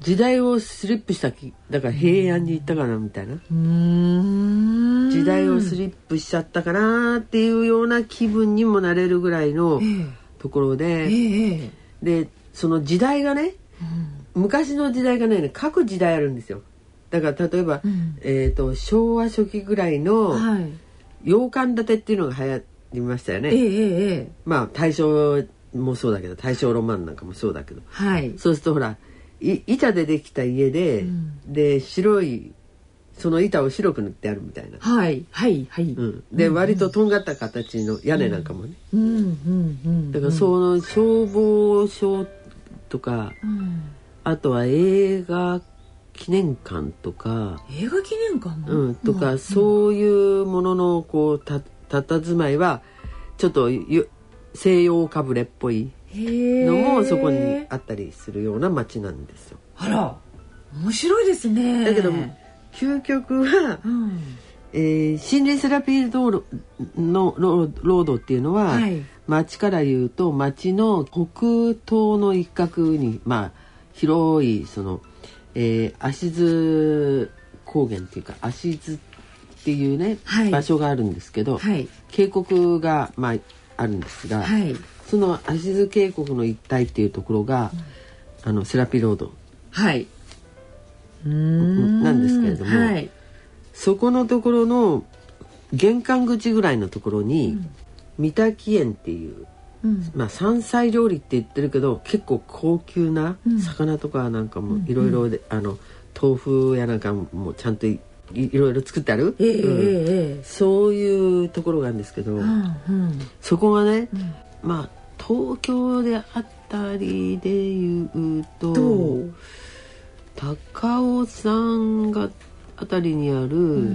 Speaker 3: 時代をスリップしたきだから平安に行ったかなみたいな、
Speaker 2: うーん
Speaker 3: 時代をスリップしちゃったかなっていうような気分にもなれるぐらいの
Speaker 2: ええ
Speaker 3: ところで、
Speaker 2: ええ
Speaker 3: でその時代がね
Speaker 2: うん
Speaker 3: 昔の時代がね各時代あるんですよだから例えば、
Speaker 2: うん
Speaker 3: えー、と昭和初期ぐらいの
Speaker 2: はい
Speaker 3: 洋館建てっていうのが流行りましたよね、
Speaker 2: ええええええ
Speaker 3: まあ大正もそうだけど大正ロマンなんかもそうだけど
Speaker 2: はい
Speaker 3: そうするとほらい板でできた家で、
Speaker 2: うん
Speaker 3: で白いその板を白く塗ってあるみたいな、
Speaker 2: はいはいはい
Speaker 3: うん、で割ととんがった形の屋根なんかもね、
Speaker 2: うんうんうん
Speaker 3: だからその消防署とか
Speaker 2: うん
Speaker 3: あとは映画記念館とか、
Speaker 2: 映画記念館も
Speaker 3: うん、とか、そういうもののこうたたたずまいはちょっとゆ西洋かぶれっぽいの
Speaker 2: の
Speaker 3: もそこにあったりするような街なんですよ。
Speaker 2: あら面白いですね
Speaker 3: だけど究極は、
Speaker 2: うん
Speaker 3: えー森林セラピー道路のロロードっていうのは、
Speaker 2: はい
Speaker 3: 町から言うと町の北東の一角に、まあ、広いその、えー足津高原っていうか足津っていうね、
Speaker 2: はい
Speaker 3: 場所があるんですけど、
Speaker 2: はい
Speaker 3: 渓谷が、まあ、あるんですが、
Speaker 2: はい
Speaker 3: その足津渓谷の一帯っていうところが、あのセラピーロード
Speaker 2: はいうん
Speaker 3: なんですけれども
Speaker 2: はい
Speaker 3: そこのところの玄関口ぐらいのところに、三滝園っていう、
Speaker 2: うん
Speaker 3: まあ、山菜料理って言ってるけど結構高級な
Speaker 2: うん
Speaker 3: 魚とかなんかもいろいろで、あの豆腐やなんかもちゃんといいいろいろ作ってある、
Speaker 2: えええ
Speaker 3: うん
Speaker 2: えええ
Speaker 3: そういうところがあるんですけど、
Speaker 2: うんうん
Speaker 3: そこがね、まあ東京であったりで言うと
Speaker 2: どう
Speaker 3: 高尾山があたりにある、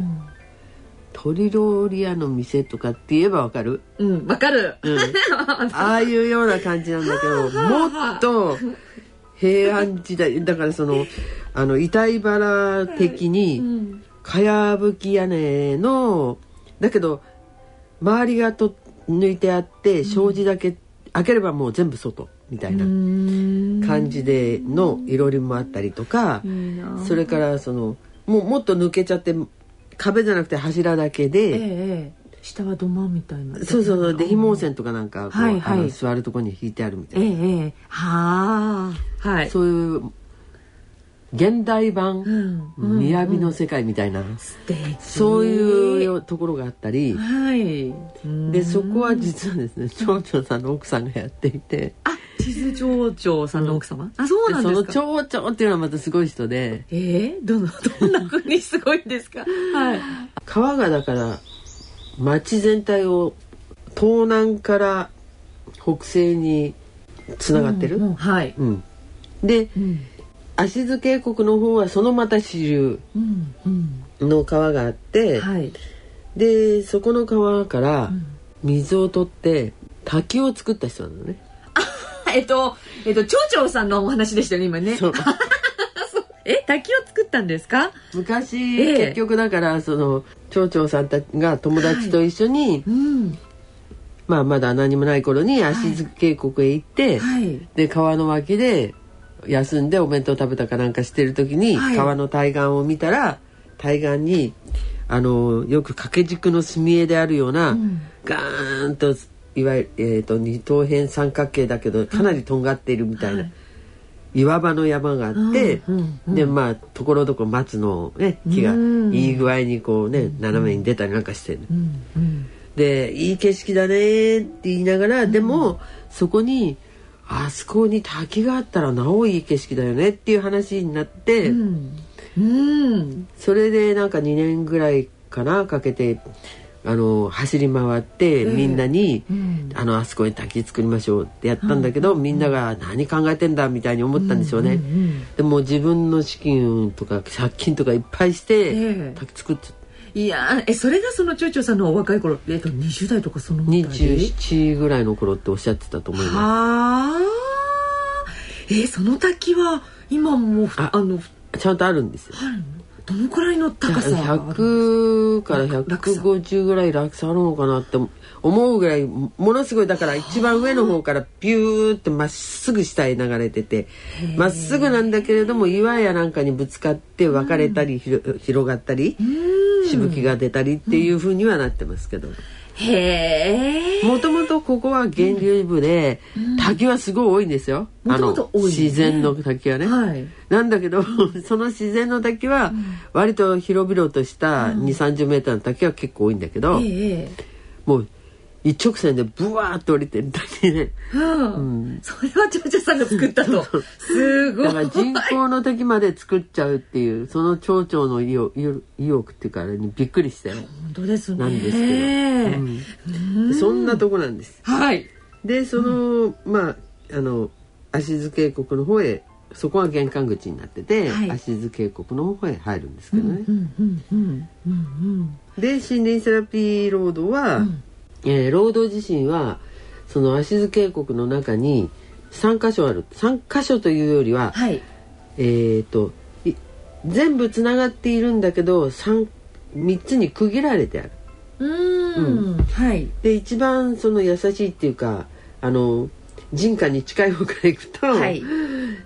Speaker 3: 鶏料理屋の店とかって言えばわか
Speaker 2: <laughs>
Speaker 3: る、
Speaker 2: うんわかる
Speaker 3: うん、ああいうような感じなんだけどもっと平安時代だからそのあの板井原的に
Speaker 2: ん
Speaker 3: かやぶき屋根のだけど周りがと抜いてあって障子だけ開ければもう全部外みたいな感じでのいろりもあったりとか。
Speaker 2: いいな
Speaker 3: それからそのもうもっと抜けちゃって壁じゃなくて柱だけ
Speaker 2: ええ
Speaker 3: で、
Speaker 2: ええ下は土間みたいな
Speaker 3: そうそうそうで紐線とかなんかこう、
Speaker 2: はいはい
Speaker 3: あの座るとこに引いてあるみたい
Speaker 2: え
Speaker 3: な、
Speaker 2: えええはあはい
Speaker 3: そういう現代版
Speaker 2: ん
Speaker 3: 雅の世界みたいな、
Speaker 2: 素敵
Speaker 3: そういうよところがあったり、
Speaker 2: はい
Speaker 3: でそこは実はですね町長さんの奥さんがやっていて
Speaker 2: あ地図町長さんの奥様、あそうなん
Speaker 3: そ
Speaker 2: です
Speaker 3: の
Speaker 2: か
Speaker 3: 町長っていうのはまたすごい人で
Speaker 2: えー、どの <laughs> どんな風にすごいんですかはい
Speaker 3: 川がだから町全体を東南から北西につながってる、
Speaker 2: うんうんはい、
Speaker 3: うん、で
Speaker 2: うん
Speaker 3: 足津渓谷の方はそのまた支流
Speaker 2: うんうん、
Speaker 3: の川があって、
Speaker 2: はい
Speaker 3: でそこの川から水を取って滝を作った人なのね。
Speaker 2: えっとえっと町長さんのお話でしたよね今ね
Speaker 3: そう
Speaker 2: え滝を作ったんですか
Speaker 3: 昔、
Speaker 2: ええ
Speaker 3: 結局だからその町長さんたちが友達と一緒に、
Speaker 2: うん
Speaker 3: まあ、まだ何もない頃に足津渓谷へ行って、
Speaker 2: はい
Speaker 3: で川の脇で休んでお弁当食べたかなんかしてる時に、
Speaker 2: はい
Speaker 3: 川の対岸を見たら対岸にあのよく掛け軸の墨絵であるような、
Speaker 2: ん
Speaker 3: ガーンといわゆる、えー、と二等辺三角形だけどかなりとんがっているみたいな、
Speaker 2: はい
Speaker 3: 岩場の山があって、
Speaker 2: うんうんうん
Speaker 3: でまあところどころ松の、ね、木が
Speaker 2: うん
Speaker 3: いい具合にこうね斜めに出たりなんかしてる。
Speaker 2: うんうん
Speaker 3: でいい景色だねって言いながら、でもそこにあそこに滝があったらなおいい景色だよねっていう話になって、
Speaker 2: うん、うん、
Speaker 3: それでなんか2年ぐらいかなかけてあの走り回ってみんなに、
Speaker 2: うん
Speaker 3: あのあそこに滝作りましょうってやったんだけど、みんなが何考えてんだみたいに思ったんでしょうね、
Speaker 2: うんうん
Speaker 3: でも自分の資金とか借金とかいっぱいして、
Speaker 2: ええ
Speaker 3: 滝作っちゃった
Speaker 2: いやーえそれがそのちょいちょいさんのお若い頃えっと20代とかそのぐらい
Speaker 3: 27ぐらいの頃っておっしゃってたと思いま
Speaker 2: はあえーその滝は今もふあ
Speaker 3: あ
Speaker 2: のふ
Speaker 3: すちゃんとあるんですよ
Speaker 2: どのくらいの高さがあるの
Speaker 3: 100から150ぐらい落差あるのかなって思うぐらいものすごいだから一番上の方からビューってまっすぐ下へ流れててまっすぐなんだけれども岩やなんかにぶつかって分かれたり、ひろ広がったりしぶきが出たりっていうふうにはなってますけど
Speaker 2: へえ
Speaker 3: もともとここは源流部で、滝はすごい多いんですよ、
Speaker 2: もともと多いよね
Speaker 3: 自然の滝はね。
Speaker 2: はい
Speaker 3: なんだけど、 <laughs> その自然の滝は割と広々とした2 3 0メーターの滝は結構多いんだけど、
Speaker 2: ええ
Speaker 3: もう一直線でブワーッと降りてる
Speaker 2: <laughs>
Speaker 3: 滝ね
Speaker 2: うん、それはちょいちょいさんが作った
Speaker 3: <laughs>
Speaker 2: とすごい
Speaker 3: だから人工の滝まで作っちゃうっていうその町長の意欲意欲っていうかあれにびっくりしたよ
Speaker 2: 本当ですね
Speaker 3: なんですけどそんなとこなんです
Speaker 2: はい
Speaker 3: でその、まああの足津渓谷の方へそこは玄関口になってて、
Speaker 2: はい
Speaker 3: 足津渓谷の方へ入るんですけどね、
Speaker 2: うんうんうんうんうん
Speaker 3: で森林セラピーロードは、えーロード自身はその足津渓谷の中に3箇所ある3箇所というよりは、
Speaker 2: はい
Speaker 3: えー、とい全部つながっているんだけど 3, 3つに区切られてある
Speaker 2: うんはい
Speaker 3: で一番その優しいっていうかあの人家に近い方から行くと、
Speaker 2: はい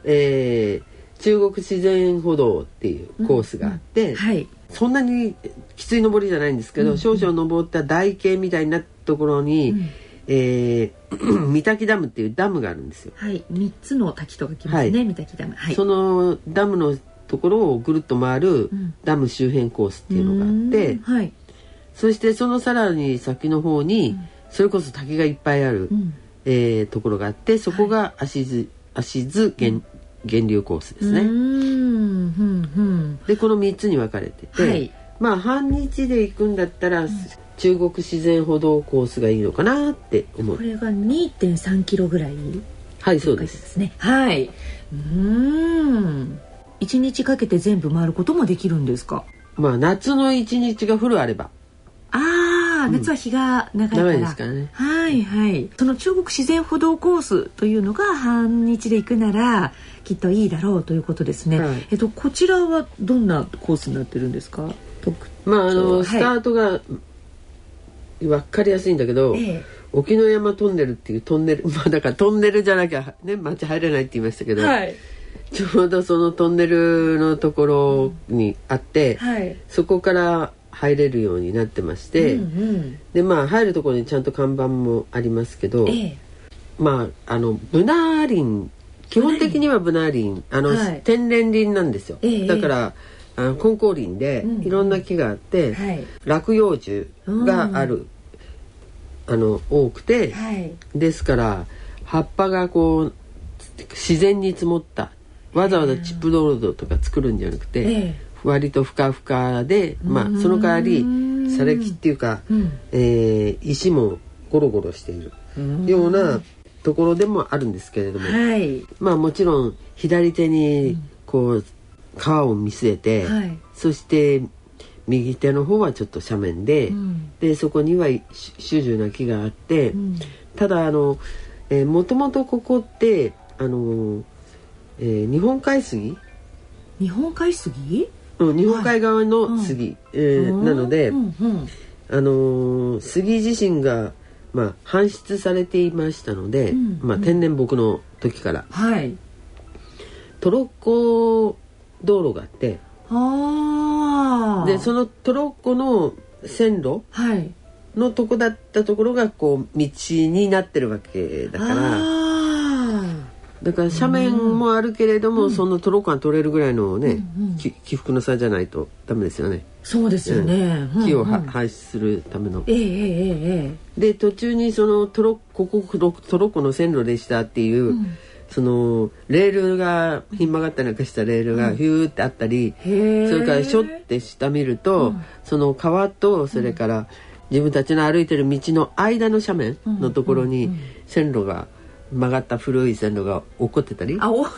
Speaker 3: えー中国自然歩道っていうコースがあって、
Speaker 2: はい
Speaker 3: そんなにきつい登りじゃないんですけど、少々登った台形みたいなところに、えー <clears throat> 三滝ダムっていうダムがあるんですよ。
Speaker 2: はい三つの滝とかきますね三滝ダムはい
Speaker 3: そのダムのところをぐるっと回る
Speaker 2: ん
Speaker 3: ダム周辺コースっていうのがあって、
Speaker 2: うんはい
Speaker 3: そしてそのさらに先の方に、それこそ滝がいっぱいある、
Speaker 2: ん
Speaker 3: えーところがあってそこが足津、足津源源流コースですね。
Speaker 2: うーんうん
Speaker 3: でこの3つに分かれてて、
Speaker 2: はい
Speaker 3: まあ半日で行くんだったら、中国自然歩道コースがいいのかなって思
Speaker 2: うんこ
Speaker 3: う
Speaker 2: れが2.3キロぐらい
Speaker 3: はいそう
Speaker 2: 書い
Speaker 3: で
Speaker 2: てますすねはいうーん一日かけて全部回ることもできるんですか
Speaker 3: まあ夏の一日が降るあれば
Speaker 2: ああ、夏は日が長いから。
Speaker 3: 長いですからね
Speaker 2: はいはい。その中国自然歩道コースというのが半日で行くならきっといいだろうということですね。
Speaker 3: はい
Speaker 2: えっとこちらはどんなコースになってるんですか。特
Speaker 3: まああ
Speaker 2: そうは
Speaker 3: の
Speaker 2: い
Speaker 3: スタートが分かりやすいんだけど、
Speaker 2: ええ
Speaker 3: 沖の山トンネルっていうトンネル <laughs> まあだからトンネルじゃなきゃね街入れないって言いましたけど、
Speaker 2: い
Speaker 3: ちょうどそのトンネルのところにあって、
Speaker 2: はい。
Speaker 3: そこから入れるようになってまして、
Speaker 2: うんうん。
Speaker 3: でまあ入るところにちゃんと看板もありますけど、
Speaker 2: ええ
Speaker 3: まああのブナーリン基本的にはブナーリンあの、
Speaker 2: はい
Speaker 3: 天然林なんですよ、
Speaker 2: ええ
Speaker 3: だからあの根高林で、
Speaker 2: うん
Speaker 3: いろんな木があって、
Speaker 2: はい
Speaker 3: 落葉樹がある、あの多くて、
Speaker 2: はい。
Speaker 3: ですから葉っぱがこう自然に積もったわざわざチップロードとか作るんじゃなくて、
Speaker 2: ええ
Speaker 3: 割とふかふかで、まあ、その代わりされ木っていうか、
Speaker 2: うん
Speaker 3: えー石もゴロゴロしているようなところでもあるんですけれども、
Speaker 2: はい
Speaker 3: まあもちろん左手にこう川を見据えて、
Speaker 2: はい
Speaker 3: そして右手の方はちょっと斜面で、
Speaker 2: ん
Speaker 3: でそこにはし種々な木があって、ただあの、えー、もともとここってあの、えー日本海杉、
Speaker 2: 日本海杉。
Speaker 3: うん、日本海側の杉、えーなので、
Speaker 2: うんうん。
Speaker 3: あのー杉自身が、まあ、搬出されていましたので、
Speaker 2: ん
Speaker 3: まあ、天然木の時から
Speaker 2: はい。
Speaker 3: トロッコ道路があって
Speaker 2: ああ。
Speaker 3: でそのトロッコの線路
Speaker 2: はい。
Speaker 3: のとこだったところがこう道になってるわけだから
Speaker 2: ああ。
Speaker 3: だから斜面もあるけれども、そのトロ感取れるぐらいのね、き起伏の差じゃないとダメですよね。
Speaker 2: そうですよね、うんうん
Speaker 3: 木をは、排出するための
Speaker 2: ええええええ
Speaker 3: で途中にそのトロここトロトロッコの線路でしたっていう、そのレールがひん曲がったりなんかしたレールがヒューってあったり、
Speaker 2: へえ
Speaker 3: それからしょって下見ると、その川とそれから自分たちの歩いてる道の間の斜面のところに線路が曲がった古い線路が起こってたり、
Speaker 2: あお
Speaker 3: レ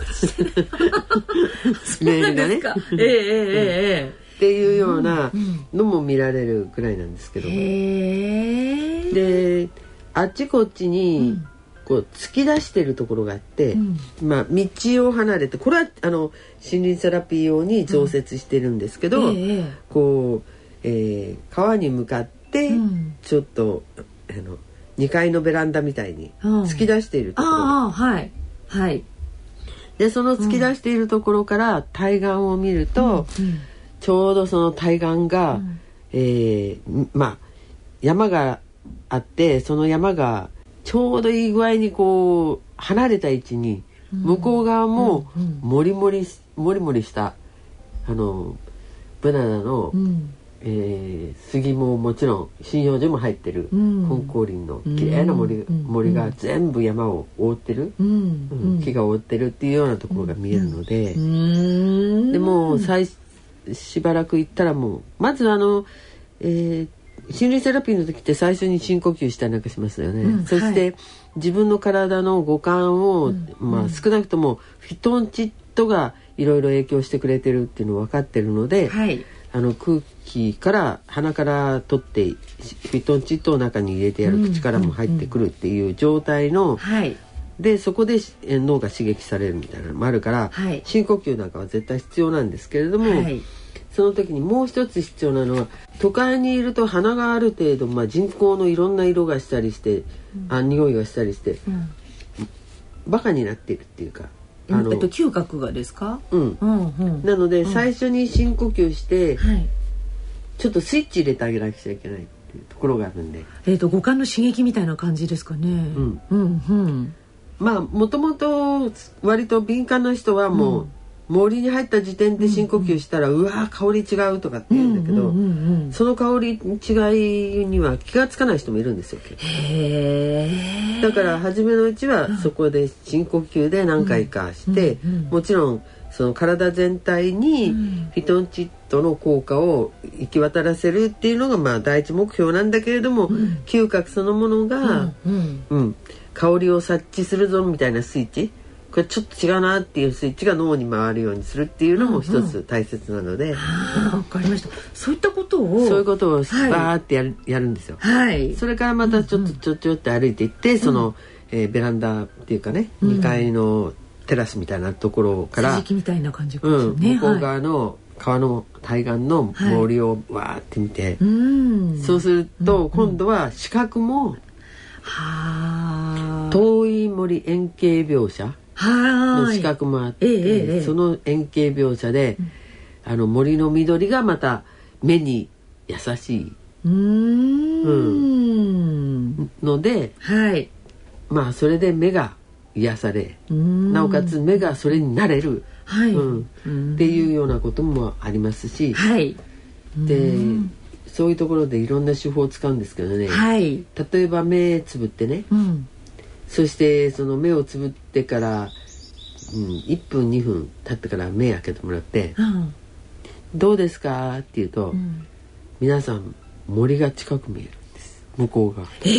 Speaker 3: ー
Speaker 2: な
Speaker 3: ル
Speaker 2: んで
Speaker 3: がね
Speaker 2: すか、ええええ
Speaker 3: っていうようなのも見られるぐらいなんですけど、
Speaker 2: ええへえ
Speaker 3: であっちこっちにこう突き出してるところがあって、まあ、道を離れてこれはあの森林セラピー用に増設してるんですけど、
Speaker 2: うんええ
Speaker 3: こう、えー川に向かって
Speaker 2: ん
Speaker 3: ちょっと、あの2階のベランダみたいに
Speaker 2: うん
Speaker 3: 突き出しているところ、
Speaker 2: ああはいはい
Speaker 3: でその突き出しているところから対岸を見ると、ちょうどその対岸が、えーんまあ山があってその山がちょうどいい具合にこう離れた位置に向こう側ももりもりしもりもりしたあのブナナの、
Speaker 2: うん
Speaker 3: えー杉ももちろん針葉樹も入ってる
Speaker 2: うん
Speaker 3: 金光林の綺麗な森,、
Speaker 2: うん
Speaker 3: 森が全部山を覆ってる。
Speaker 2: うん
Speaker 3: うん木が覆ってるっていうようなところが見えるので、
Speaker 2: うーん
Speaker 3: でもう最しばらく行ったらもうまずあの、えー心理セラピーの時って最初に深呼吸したりなんかしますよね、
Speaker 2: うん
Speaker 3: そして、自分の体の五感を、まあ、少なくともフィトンチッドがいろいろ影響してくれてるっていうの分かってるので、
Speaker 2: はい
Speaker 3: あの空気から鼻から取ってフィトンチッドを中に入れてやる口からも入ってくるっていう状態の、
Speaker 2: はい
Speaker 3: でそこでしえー脳が刺激されるみたいなのもあるから、
Speaker 2: はい
Speaker 3: 深呼吸なんかは絶対必要なんですけれども、
Speaker 2: はい
Speaker 3: その時にもう一つ必要なのは都会にいると鼻がある程度、まあ、人工のいろんな色がしたりして、あ匂いがしたりして、バカになっているっていうかあの、
Speaker 2: えっと嗅覚がですか
Speaker 3: うん、
Speaker 2: うんうん
Speaker 3: なので、最初に深呼吸して
Speaker 2: はい
Speaker 3: ちょっとスイッチ入れてあげなくちゃいけないっていうところがあるんで。
Speaker 2: えっと五感の刺激みたいな感じですかねうん
Speaker 3: ん
Speaker 2: うん
Speaker 3: まあもともと割と敏感な人はもう、森に入った時点で深呼吸したら、うわー香り違うとかって言うんだけど、
Speaker 2: うん
Speaker 3: その香り違いには気がつかない人もいるんですよ
Speaker 2: へえ
Speaker 3: だから初めのうちはそこで深呼吸で何回かして、もちろんその体全体にフィトンチッドの効果を行き渡らせるっていうのがまあ第一目標なんだけれども、嗅覚そのものが、
Speaker 2: うん
Speaker 3: うん、香りを察知するぞみたいなスイッチこれちょっと違うなっていうスイッチが脳に回るようにするっていうのも一つ大切なので、
Speaker 2: ああわかりましたそういったことを
Speaker 3: そういうことをバ
Speaker 2: はい
Speaker 3: ーってやる,、やるんですよ。
Speaker 2: はい
Speaker 3: それからまたちょっとちょちょって歩いていって、その、えーベランダっていうかね、2階のテラスみたいなところか
Speaker 2: 刺
Speaker 3: ら、
Speaker 2: 激みたいな感じです
Speaker 3: う
Speaker 2: よ
Speaker 3: ん、
Speaker 2: ね
Speaker 3: 向こう
Speaker 2: はい
Speaker 3: 側の川の対岸の森をわーって見て、
Speaker 2: うん
Speaker 3: そうすると今度は視覚も
Speaker 2: はあ
Speaker 3: 遠い森円形描写、
Speaker 2: は
Speaker 3: の
Speaker 2: ーい
Speaker 3: 資格もあって、
Speaker 2: ええええええ
Speaker 3: その円形描写で、あの森の緑がまた目に優しいう
Speaker 2: ーん
Speaker 3: ので
Speaker 2: はい
Speaker 3: まあそれで目が癒され、
Speaker 2: うーん
Speaker 3: なおかつ目がそれになれる、
Speaker 2: はい、
Speaker 3: うんっていうようなこともありますし、
Speaker 2: はい
Speaker 3: でそういうところでいろんな手法を使うんですけどね、
Speaker 2: はい
Speaker 3: 例えば目つぶってね
Speaker 2: うん
Speaker 3: そしてその目をつぶってから、うん、1分2分経ってから目開けてもらって。
Speaker 2: うん
Speaker 3: どうですかって言うと、皆さん森が近く見えるんです向こうが。
Speaker 2: えー、
Speaker 3: っ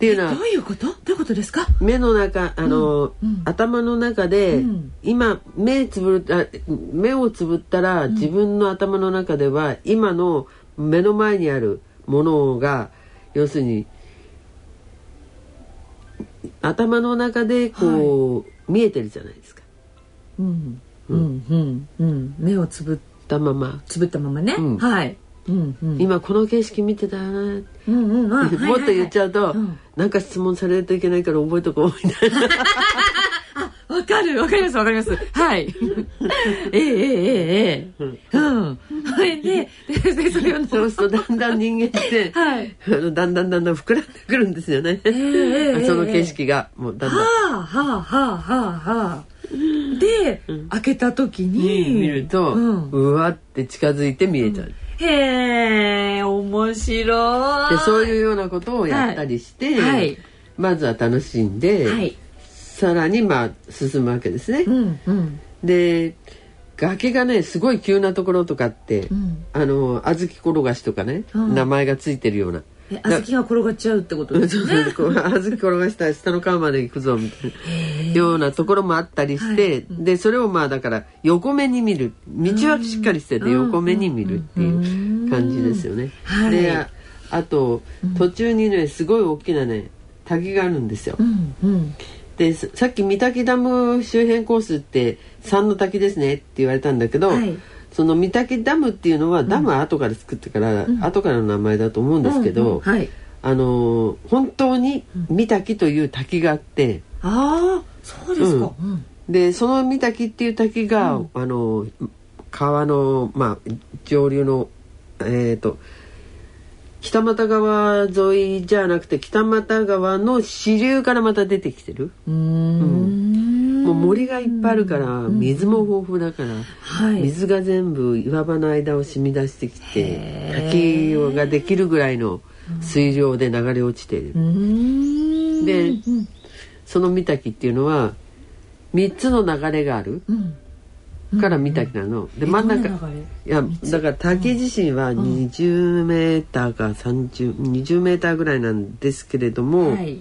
Speaker 3: ていうの
Speaker 2: ど
Speaker 3: は
Speaker 2: ういうことどういうことですか
Speaker 3: 目の中あの、頭の中で、
Speaker 2: ん
Speaker 3: 今目つぶるあ目をつぶったら、自分の頭の中では今の目の前にあるものが要するに頭の中でこう、見えてるじゃないですか。
Speaker 2: うんうんうんうん目をつぶ
Speaker 3: たまま
Speaker 2: つぶったままね、
Speaker 3: うん
Speaker 2: はいうんうん
Speaker 3: 今この景色見てたなって
Speaker 2: うんうんあはいはいはい
Speaker 3: もっと言っちゃうと、
Speaker 2: うん
Speaker 3: なんか質問されるといけないから覚えとこうみたいな
Speaker 2: わかるわかりますわかりますはい <laughs> ええええええうんそれででで
Speaker 3: <laughs>
Speaker 2: それを
Speaker 3: そうするとだんだん人間って、
Speaker 2: はい
Speaker 3: あのだんだんだんだん膨らんでくるんですよね、
Speaker 2: ええ
Speaker 3: その景色がもうだんだん、
Speaker 2: はあはあはあはあはあで、開けた時に、
Speaker 3: 見ると、う
Speaker 2: うん
Speaker 3: わって近づいて見えちゃう、
Speaker 2: へえ面白い
Speaker 3: でそういうようなことをやったりして、
Speaker 2: はい
Speaker 3: まずは楽しんで、
Speaker 2: はい
Speaker 3: さらにまあ進むわけですね、
Speaker 2: うんうん
Speaker 3: で崖がねすごい急なところとかって、
Speaker 2: ん
Speaker 3: あの小豆転がしとかね、
Speaker 2: うん
Speaker 3: 名前がついてるような。
Speaker 2: え小豆が転がっちゃうってことです
Speaker 3: そうそうこう小豆転がしたら下の川まで行くぞみたいなようなところもあったりして、でそれをまあだから横目に見る道はしっかりしてて横目に見るっていう感じですよね。
Speaker 2: はい
Speaker 3: でああと途中にねすごい大きなね滝があるんですよ。
Speaker 2: うんうん
Speaker 3: でささっき三滝ダム周辺コースって三の滝ですねって言われたんだけど、
Speaker 2: はい
Speaker 3: その三滝ダムっていうのはダムは後から作ってから、後からの名前だと思うんですけど、
Speaker 2: うんうんはい
Speaker 3: あのー本当に三滝という滝があって、
Speaker 2: ああそうですか、うん
Speaker 3: でその三滝っていう滝が、あのー川の、まあ、上流のえっ、と北俣川沿いじゃなくて北俣川の支流からまた出てきてる。
Speaker 2: うーん
Speaker 3: もう森がいっぱいあるから水も豊富だから、
Speaker 2: はい
Speaker 3: 水が全部岩場の間を染み出してきて滝ができるぐらいの水量で流れ落ちている、
Speaker 2: うーん
Speaker 3: でその御滝っていうのは3つの流れがある
Speaker 2: うん
Speaker 3: から御滝なの、で真ん中
Speaker 2: えどな流れ
Speaker 3: いやだから滝自身は20メーターか3020メーターぐらいなんですけれども、
Speaker 2: はい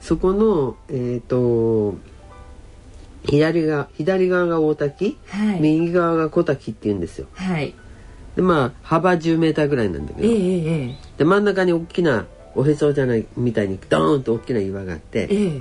Speaker 3: そこのえっ、と左側左側が大滝、
Speaker 2: はい
Speaker 3: 右側が小滝っていうんですよ
Speaker 2: はい
Speaker 3: でまあ幅10メーターぐらいなんだけ
Speaker 2: え
Speaker 3: ど、
Speaker 2: えええ
Speaker 3: で真ん中に大きなおへそじゃないみたいにドーンと大きな岩があって
Speaker 2: ええ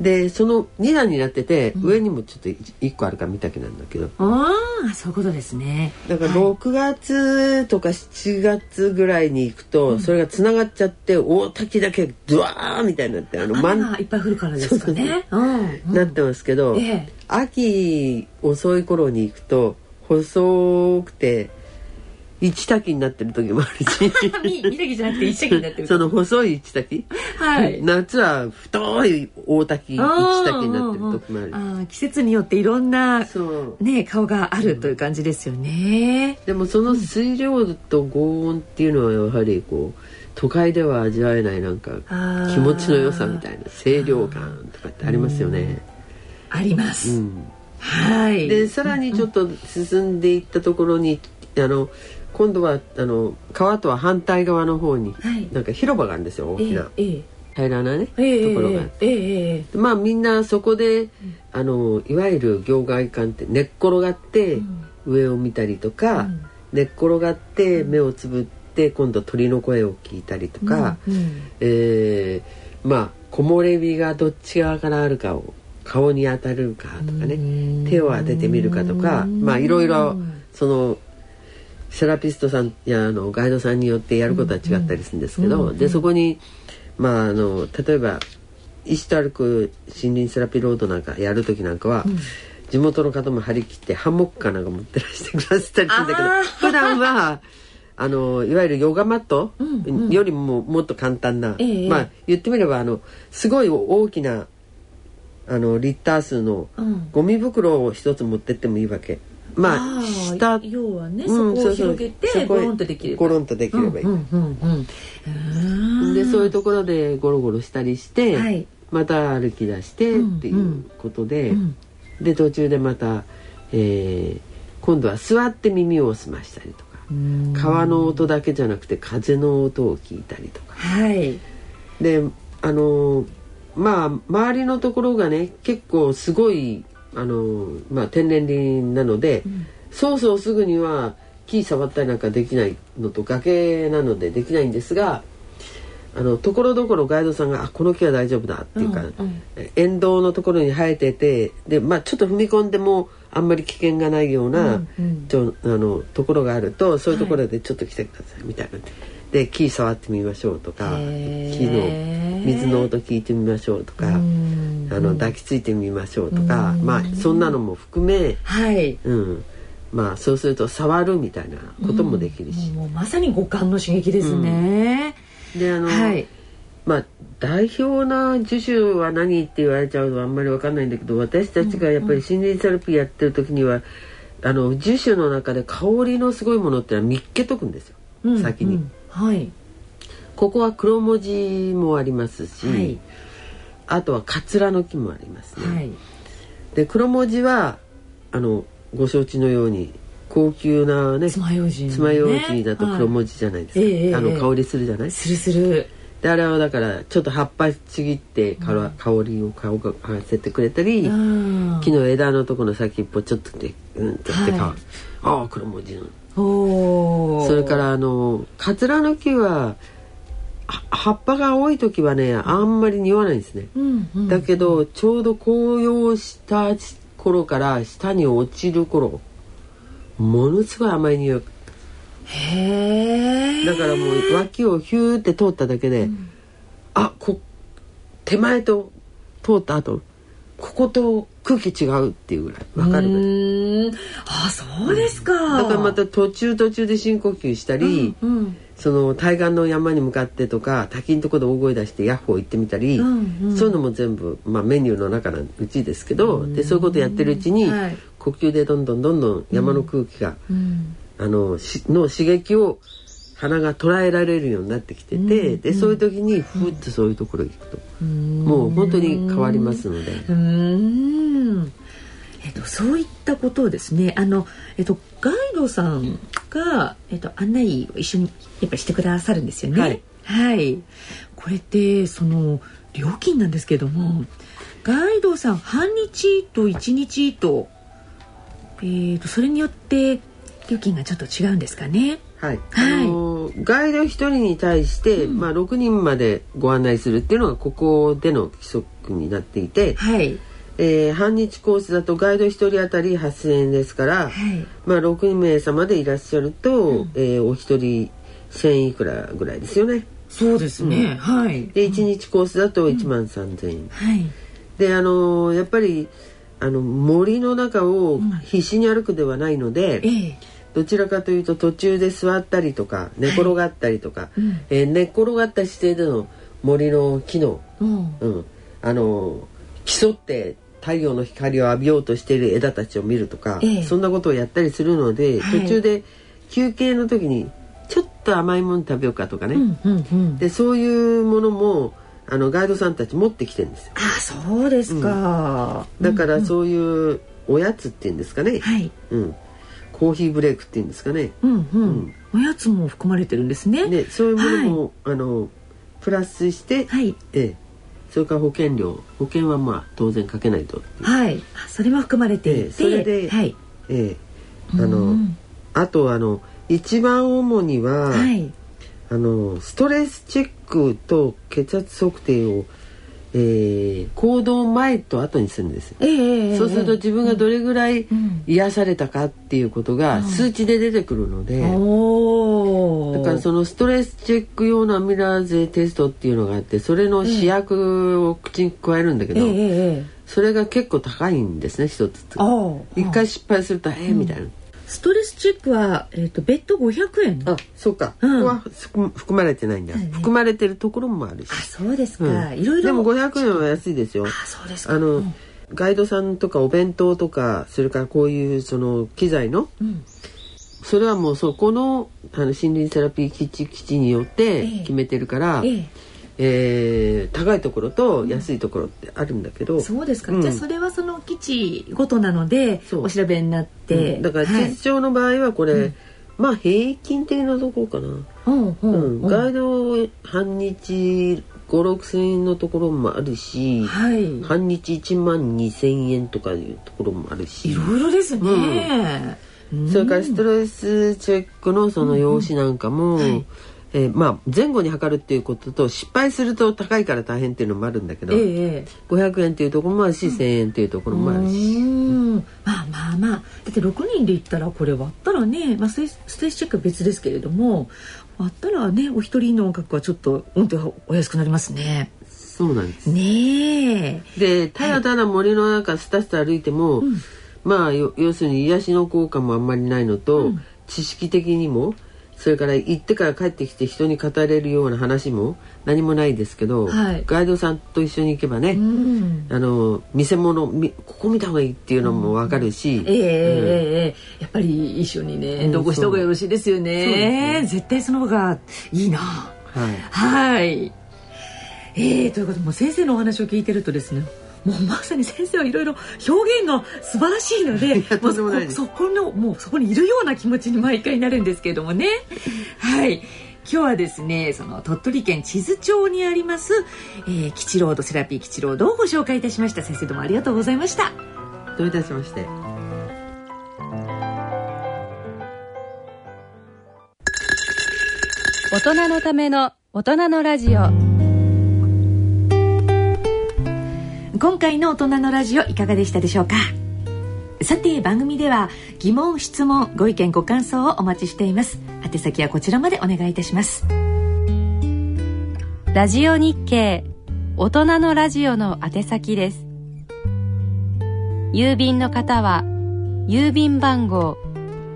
Speaker 3: でその2段になってて、上にもちょっと1個あるから見たけなんだけど
Speaker 2: ああそういうことですね
Speaker 3: だから6月とか7月ぐらいに行くと、それがつながっちゃって大滝だけドワーみたいになってあの真
Speaker 2: 雨
Speaker 3: ん
Speaker 2: がいっぱい降るからですかねうん
Speaker 3: なってますけど、
Speaker 2: ええ
Speaker 3: 秋遅い頃に行くと細くて一滝になってる時もあ
Speaker 2: <laughs>
Speaker 3: るし
Speaker 2: みみたきじゃなくて一石になってる
Speaker 3: その細い一滝、
Speaker 2: はい
Speaker 3: 夏は太い大滝一滝になってる時もあ
Speaker 2: あ
Speaker 3: る
Speaker 2: ー季節によっていろんな
Speaker 3: そう
Speaker 2: ね顔があるという感じですよね。
Speaker 3: でもその水量と轟音っていうのはやはりこう都会では味わえないなんか
Speaker 2: あー
Speaker 3: 気持ちの良さみたいな清涼感とかってありますよね、
Speaker 2: あります。
Speaker 3: うん、
Speaker 2: はい。
Speaker 3: でさらにちょっと進んでいったところに、あの今度はあの川とは反対側の方に、
Speaker 2: はい
Speaker 3: なんか広場があるんですよ大
Speaker 2: え
Speaker 3: き
Speaker 2: え
Speaker 3: な、
Speaker 2: ええ
Speaker 3: 平らなね、
Speaker 2: ええ
Speaker 3: ところがあっ
Speaker 2: ええええ
Speaker 3: てまあみんなそこであのいわゆる行外観って寝っ転がって上を見たりとか、寝っ転がって目をつぶって今度鳥の声を聞いたりとか、
Speaker 2: うん
Speaker 3: えーまあ木漏れ日がどっち側からあるかを顔に当たるかとかね手を当ててみるかとかまあいろいろそのセラピストさんやあのガイドさんによってやることは違ったりするんですけど、でそこに、まあ、あの例えば石と歩く森林セラピーロードなんかやる時なんかは、地元の方も張り切ってハンモックかなんか持ってらしてくださったりするんだけ
Speaker 2: <laughs>
Speaker 3: ど
Speaker 2: あー
Speaker 3: 普段は。あのいわゆるヨガマットよりももっと簡単な、
Speaker 2: ええ
Speaker 3: まあ言ってみればあのすごい大きなあのリッター数の
Speaker 2: うん
Speaker 3: ゴミ袋を一つ持ってってもいいわけ、まあ
Speaker 2: あー
Speaker 3: 下
Speaker 2: 要はね
Speaker 3: うん
Speaker 2: そこを
Speaker 3: そうそう
Speaker 2: 広げて
Speaker 3: そこへ
Speaker 2: ゴロンとできれば
Speaker 3: ゴロンとできればいい、
Speaker 2: うんうんうんうん。
Speaker 3: でそういうところでゴロゴロしたりして、
Speaker 2: はい
Speaker 3: また歩き出してっていうことで、で途中でまた、えー今度は座って耳を澄ましたりとか川の音だけじゃなくて風の音を聞いたりとか
Speaker 2: はい。
Speaker 3: であのーまあ周りのところがね結構すごいあのーまあ、天然林なので、そうそうすぐには木触ったりなんかできないのと崖なのでできないんですがあのところどころガイドさんが「あこの木は大丈夫だ」っていうか、え沿道のところに生えててで、まあ、ちょっと踏み込んでもあんまり危険がないような、ちょあのところがあるとそういうところでちょっと来てくださいみたいな、で木触ってみましょうとか木の水の音聞いてみましょうとか、
Speaker 2: うん
Speaker 3: あの抱きついてみましょうとか、
Speaker 2: うん
Speaker 3: まあそんなのも含め、
Speaker 2: はい
Speaker 3: うん、まあそうすると触るみたいなこともできるし、
Speaker 2: もうまさに五感の刺激ですね、
Speaker 3: であの、
Speaker 2: はい
Speaker 3: まあ代表な樹種は何って言われちゃうのはあんまりわかんないんだけど私たちがやっぱり森林セラピーやってる時には、あの樹種の中で香りのすごいものってのは見っけとくんですよ、
Speaker 2: うん
Speaker 3: 先に、
Speaker 2: うんはい
Speaker 3: ここは黒文字もありますし、
Speaker 2: はい
Speaker 3: あとはカツラの木もありますね、
Speaker 2: はい
Speaker 3: で黒文字はあのご承知のように高級なね
Speaker 2: 爪楊枝ね
Speaker 3: 爪楊枝だと黒
Speaker 2: は
Speaker 3: 文字じゃないですか、
Speaker 2: ええええ
Speaker 3: あ
Speaker 2: ええ
Speaker 3: の香りするじゃない
Speaker 2: いするする
Speaker 3: であれはだからちょっと葉っぱちぎってから、香りを香がかせてくれたり、
Speaker 2: うん
Speaker 3: 木の枝のとこの先っぽちょっとでうんとって香る、
Speaker 2: はい
Speaker 3: ああ黒文字の
Speaker 2: おー
Speaker 3: それからあのカツラの木はは葉っぱが多い時はねあんまり匂わないんですね、
Speaker 2: うんうん
Speaker 3: だけどちょうど紅葉した頃から下に落ちる頃ものすごい甘い匂い
Speaker 2: へえ
Speaker 3: だからもう脇をヒューって通っただけで、あこ手前と通った後ここと空気違うっていうぐらいわかるぐらい
Speaker 2: あそうですか、
Speaker 3: だからまた途中途中で深呼吸したり、
Speaker 2: うん
Speaker 3: その対岸の山に向かってとか滝のとこで大声出してヤッホー行ってみたり、
Speaker 2: うんうん
Speaker 3: そういうのも全部、まあ、メニューの中のうちですけど、でそういうことやってるうちに、
Speaker 2: はい
Speaker 3: 呼吸でどんどんどんどん山の空気が、
Speaker 2: うん
Speaker 3: あのしの刺激を鼻が捉えられるようになってきてて、でそういう時にふっとそういうところに行くと、もう本当に変わりますので、
Speaker 2: うーんえっと、そういったことをですねあの、えっと、ガイドさんが、えっと、案内を一緒にやっぱしてくださるんですよね。
Speaker 3: はい
Speaker 2: はいこれってその料金なんですけどもガイドさん半日と1日と,、えっとそれによって料金がちょっと違うんですかね。
Speaker 3: はい
Speaker 2: はい
Speaker 3: あのガイド1人に対して、まあ、6人までご案内するっていうのがここでの規則になっていて、
Speaker 2: はい、
Speaker 3: えー半日コースだとガイド1人当たり8,000円ですから、
Speaker 2: はい
Speaker 3: まあ、6名様でいらっしゃると、えーお一人1,000いくらぐらいですよね。
Speaker 2: そうですね、はい
Speaker 3: で1日コースだと1万3,000円。
Speaker 2: はい
Speaker 3: であのーやっぱりあの森の中を必死に歩くではないので、
Speaker 2: ええ
Speaker 3: どちらかというと途中で座ったりとか寝転がったりとか、えー寝っ転がった姿勢での森の木の、
Speaker 2: うん
Speaker 3: うん、あのー競って太陽の光を浴びようとしている枝たちを見るとか、
Speaker 2: ええ
Speaker 3: そんなことをやったりするので、
Speaker 2: はい
Speaker 3: 途中で休憩の時にちょっと甘いもの食べようかとかね、
Speaker 2: うんうんうん
Speaker 3: でそういうものもあのガイドさんたち持ってきてるんですよ。
Speaker 2: あそうですか、
Speaker 3: だからそういうおやつっていうんですかね、
Speaker 2: はい
Speaker 3: うん、コーヒーブレイクっていうんですかね
Speaker 2: うんうん、
Speaker 3: うん
Speaker 2: おやつも含まれてるんですね
Speaker 3: ねそういうものも、あのプラスして、
Speaker 2: はい
Speaker 3: ええ、それから保険料保険はまあ当然かけないとっていう
Speaker 2: はいあそれも含まれていて、
Speaker 3: ええそれで
Speaker 2: はい
Speaker 3: ええ、あの、
Speaker 2: うん
Speaker 3: あとあの一番主には、
Speaker 2: はい
Speaker 3: あのストレスチェックと血圧測定を、ええ行動前と後にするんですよ
Speaker 2: ええええええ
Speaker 3: そうすると自分がどれぐらい
Speaker 2: ん
Speaker 3: 癒されたかっていうことが数値で出てくるので、
Speaker 2: おお
Speaker 3: だからそのストレスチェック用のアミラーゼテストっていうのがあってそれの試薬を口に加えるんだけ
Speaker 2: え
Speaker 3: ど、
Speaker 2: えええええ
Speaker 3: それが結構高いんですね一つ
Speaker 2: あー
Speaker 3: 一回失敗するとえーみたいな、
Speaker 2: ストレスチェックはえっ、と別途500円
Speaker 3: あそうか、
Speaker 2: うん
Speaker 3: ここは含含まれてないんだ、
Speaker 2: はいね
Speaker 3: 含まれてるところもあるし
Speaker 2: あ、そうですか、
Speaker 3: うん
Speaker 2: いろいろ
Speaker 3: でも500円は安いですよ
Speaker 2: あそうですか
Speaker 3: あの、
Speaker 2: うん
Speaker 3: ガイドさんとかお弁当とかそれからこういうその機材の、
Speaker 2: ん
Speaker 3: それはもうそこのあの森林セラピー基地基地によって
Speaker 2: ええ
Speaker 3: 決めてるから、
Speaker 2: え
Speaker 3: えー高いところと安いところってあるんだけど、
Speaker 2: えそうですか、
Speaker 3: うん
Speaker 2: じゃあそれはその基地ごとなので
Speaker 3: そう
Speaker 2: お調べになっ
Speaker 3: う
Speaker 2: て
Speaker 3: んだから
Speaker 2: はい
Speaker 3: 地図上の場合はこれ、まあ平均的なところかな、
Speaker 2: うんう
Speaker 3: うんんガイド半日56,000円のところもあるし、
Speaker 2: はい
Speaker 3: 半日1万2,000円とかいうところもあるし
Speaker 2: いろいろですね。うん
Speaker 3: それからストレスチェックのその用紙なんかも、
Speaker 2: はい
Speaker 3: えーまあ、前後に測るっていうことと失敗すると高いから大変っていうのもあるんだけど、
Speaker 2: ええ
Speaker 3: 500円っていうところもあるし、1,000円っていうところもあるし、
Speaker 2: うんまあまあまあだって6人で行ったらこれ割ったったらね、まあ、ステージステージチェックは別ですけれどもあったらねお一人の音楽はちょっと音程がお安くなりますね。
Speaker 3: そうなんです
Speaker 2: ねえ。
Speaker 3: でただただ森の中スタスタ歩いても、
Speaker 2: うん
Speaker 3: まあよ要するに癒しの効果もあんまりないのと、
Speaker 2: うん
Speaker 3: 知識的にもそれから行ってから帰ってきて人に語れるような話も何もないですけど、
Speaker 2: はい
Speaker 3: ガイドさんと一緒に行けばね、
Speaker 2: うん
Speaker 3: あの見せ物みここ見た方がいいっていうのもわかるし、
Speaker 2: ええええ
Speaker 3: うん
Speaker 2: ええやっぱり一緒にね
Speaker 3: うん
Speaker 2: 同行した方がよろしいですよ
Speaker 3: そう
Speaker 2: ね,、
Speaker 3: で
Speaker 2: 絶対その方がいいな
Speaker 3: はい、
Speaker 2: はいええということでもう先生のお話を聞いてるとですねもうまさに先生はいろいろ表現が素晴らしいので
Speaker 3: やとんでも
Speaker 2: も
Speaker 3: ない
Speaker 2: う
Speaker 3: です
Speaker 2: そこそこのもうそこにいるような気持ちに毎回なるんですけれどもねはい今日はですねその鳥取県智頭町にあります、えー、吉ロードセラピー吉ロードをご紹介いたしました先生どうもありがとうございました
Speaker 3: どういたしまして。
Speaker 1: 大人のための大人のラジオ
Speaker 2: 今回の大人のラジオいかがでしたでしょうかさて番組では疑問質問ご意見ご感想をお待ちしています宛先はこちらまでお願いいたします
Speaker 1: ラジオ日経大人のラジオの宛先です郵便の方は郵便番号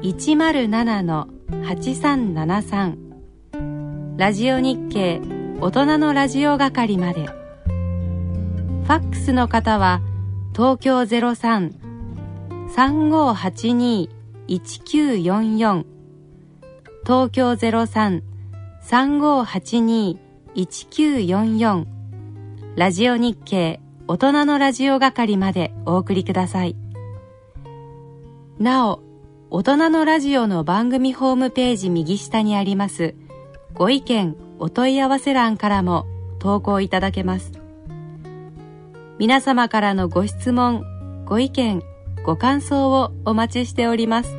Speaker 1: 107-8373ラジオ日経大人のラジオ係までファックスの方は東京03-3582-1944東京03-3582-1944 3582-1944ラジオ日経大人のラジオ係までお送りくださいなお大人のラジオの番組ホームページ右下にありますご意見お問い合わせ欄からも投稿いただけます皆様からのご質問ご意見ご感想をお待ちしております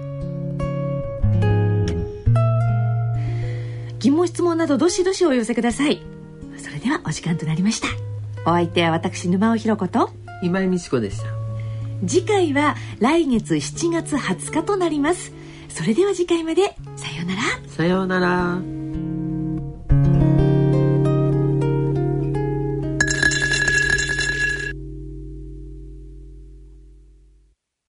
Speaker 2: 疑問質問などどしどしお寄せくださいそれではお時間となりましたお相手は私沼尾ひろ子と
Speaker 3: 今井美智子でした。
Speaker 2: 次回は来月7月20日となりますそれでは次回までさようなら
Speaker 3: さようなら。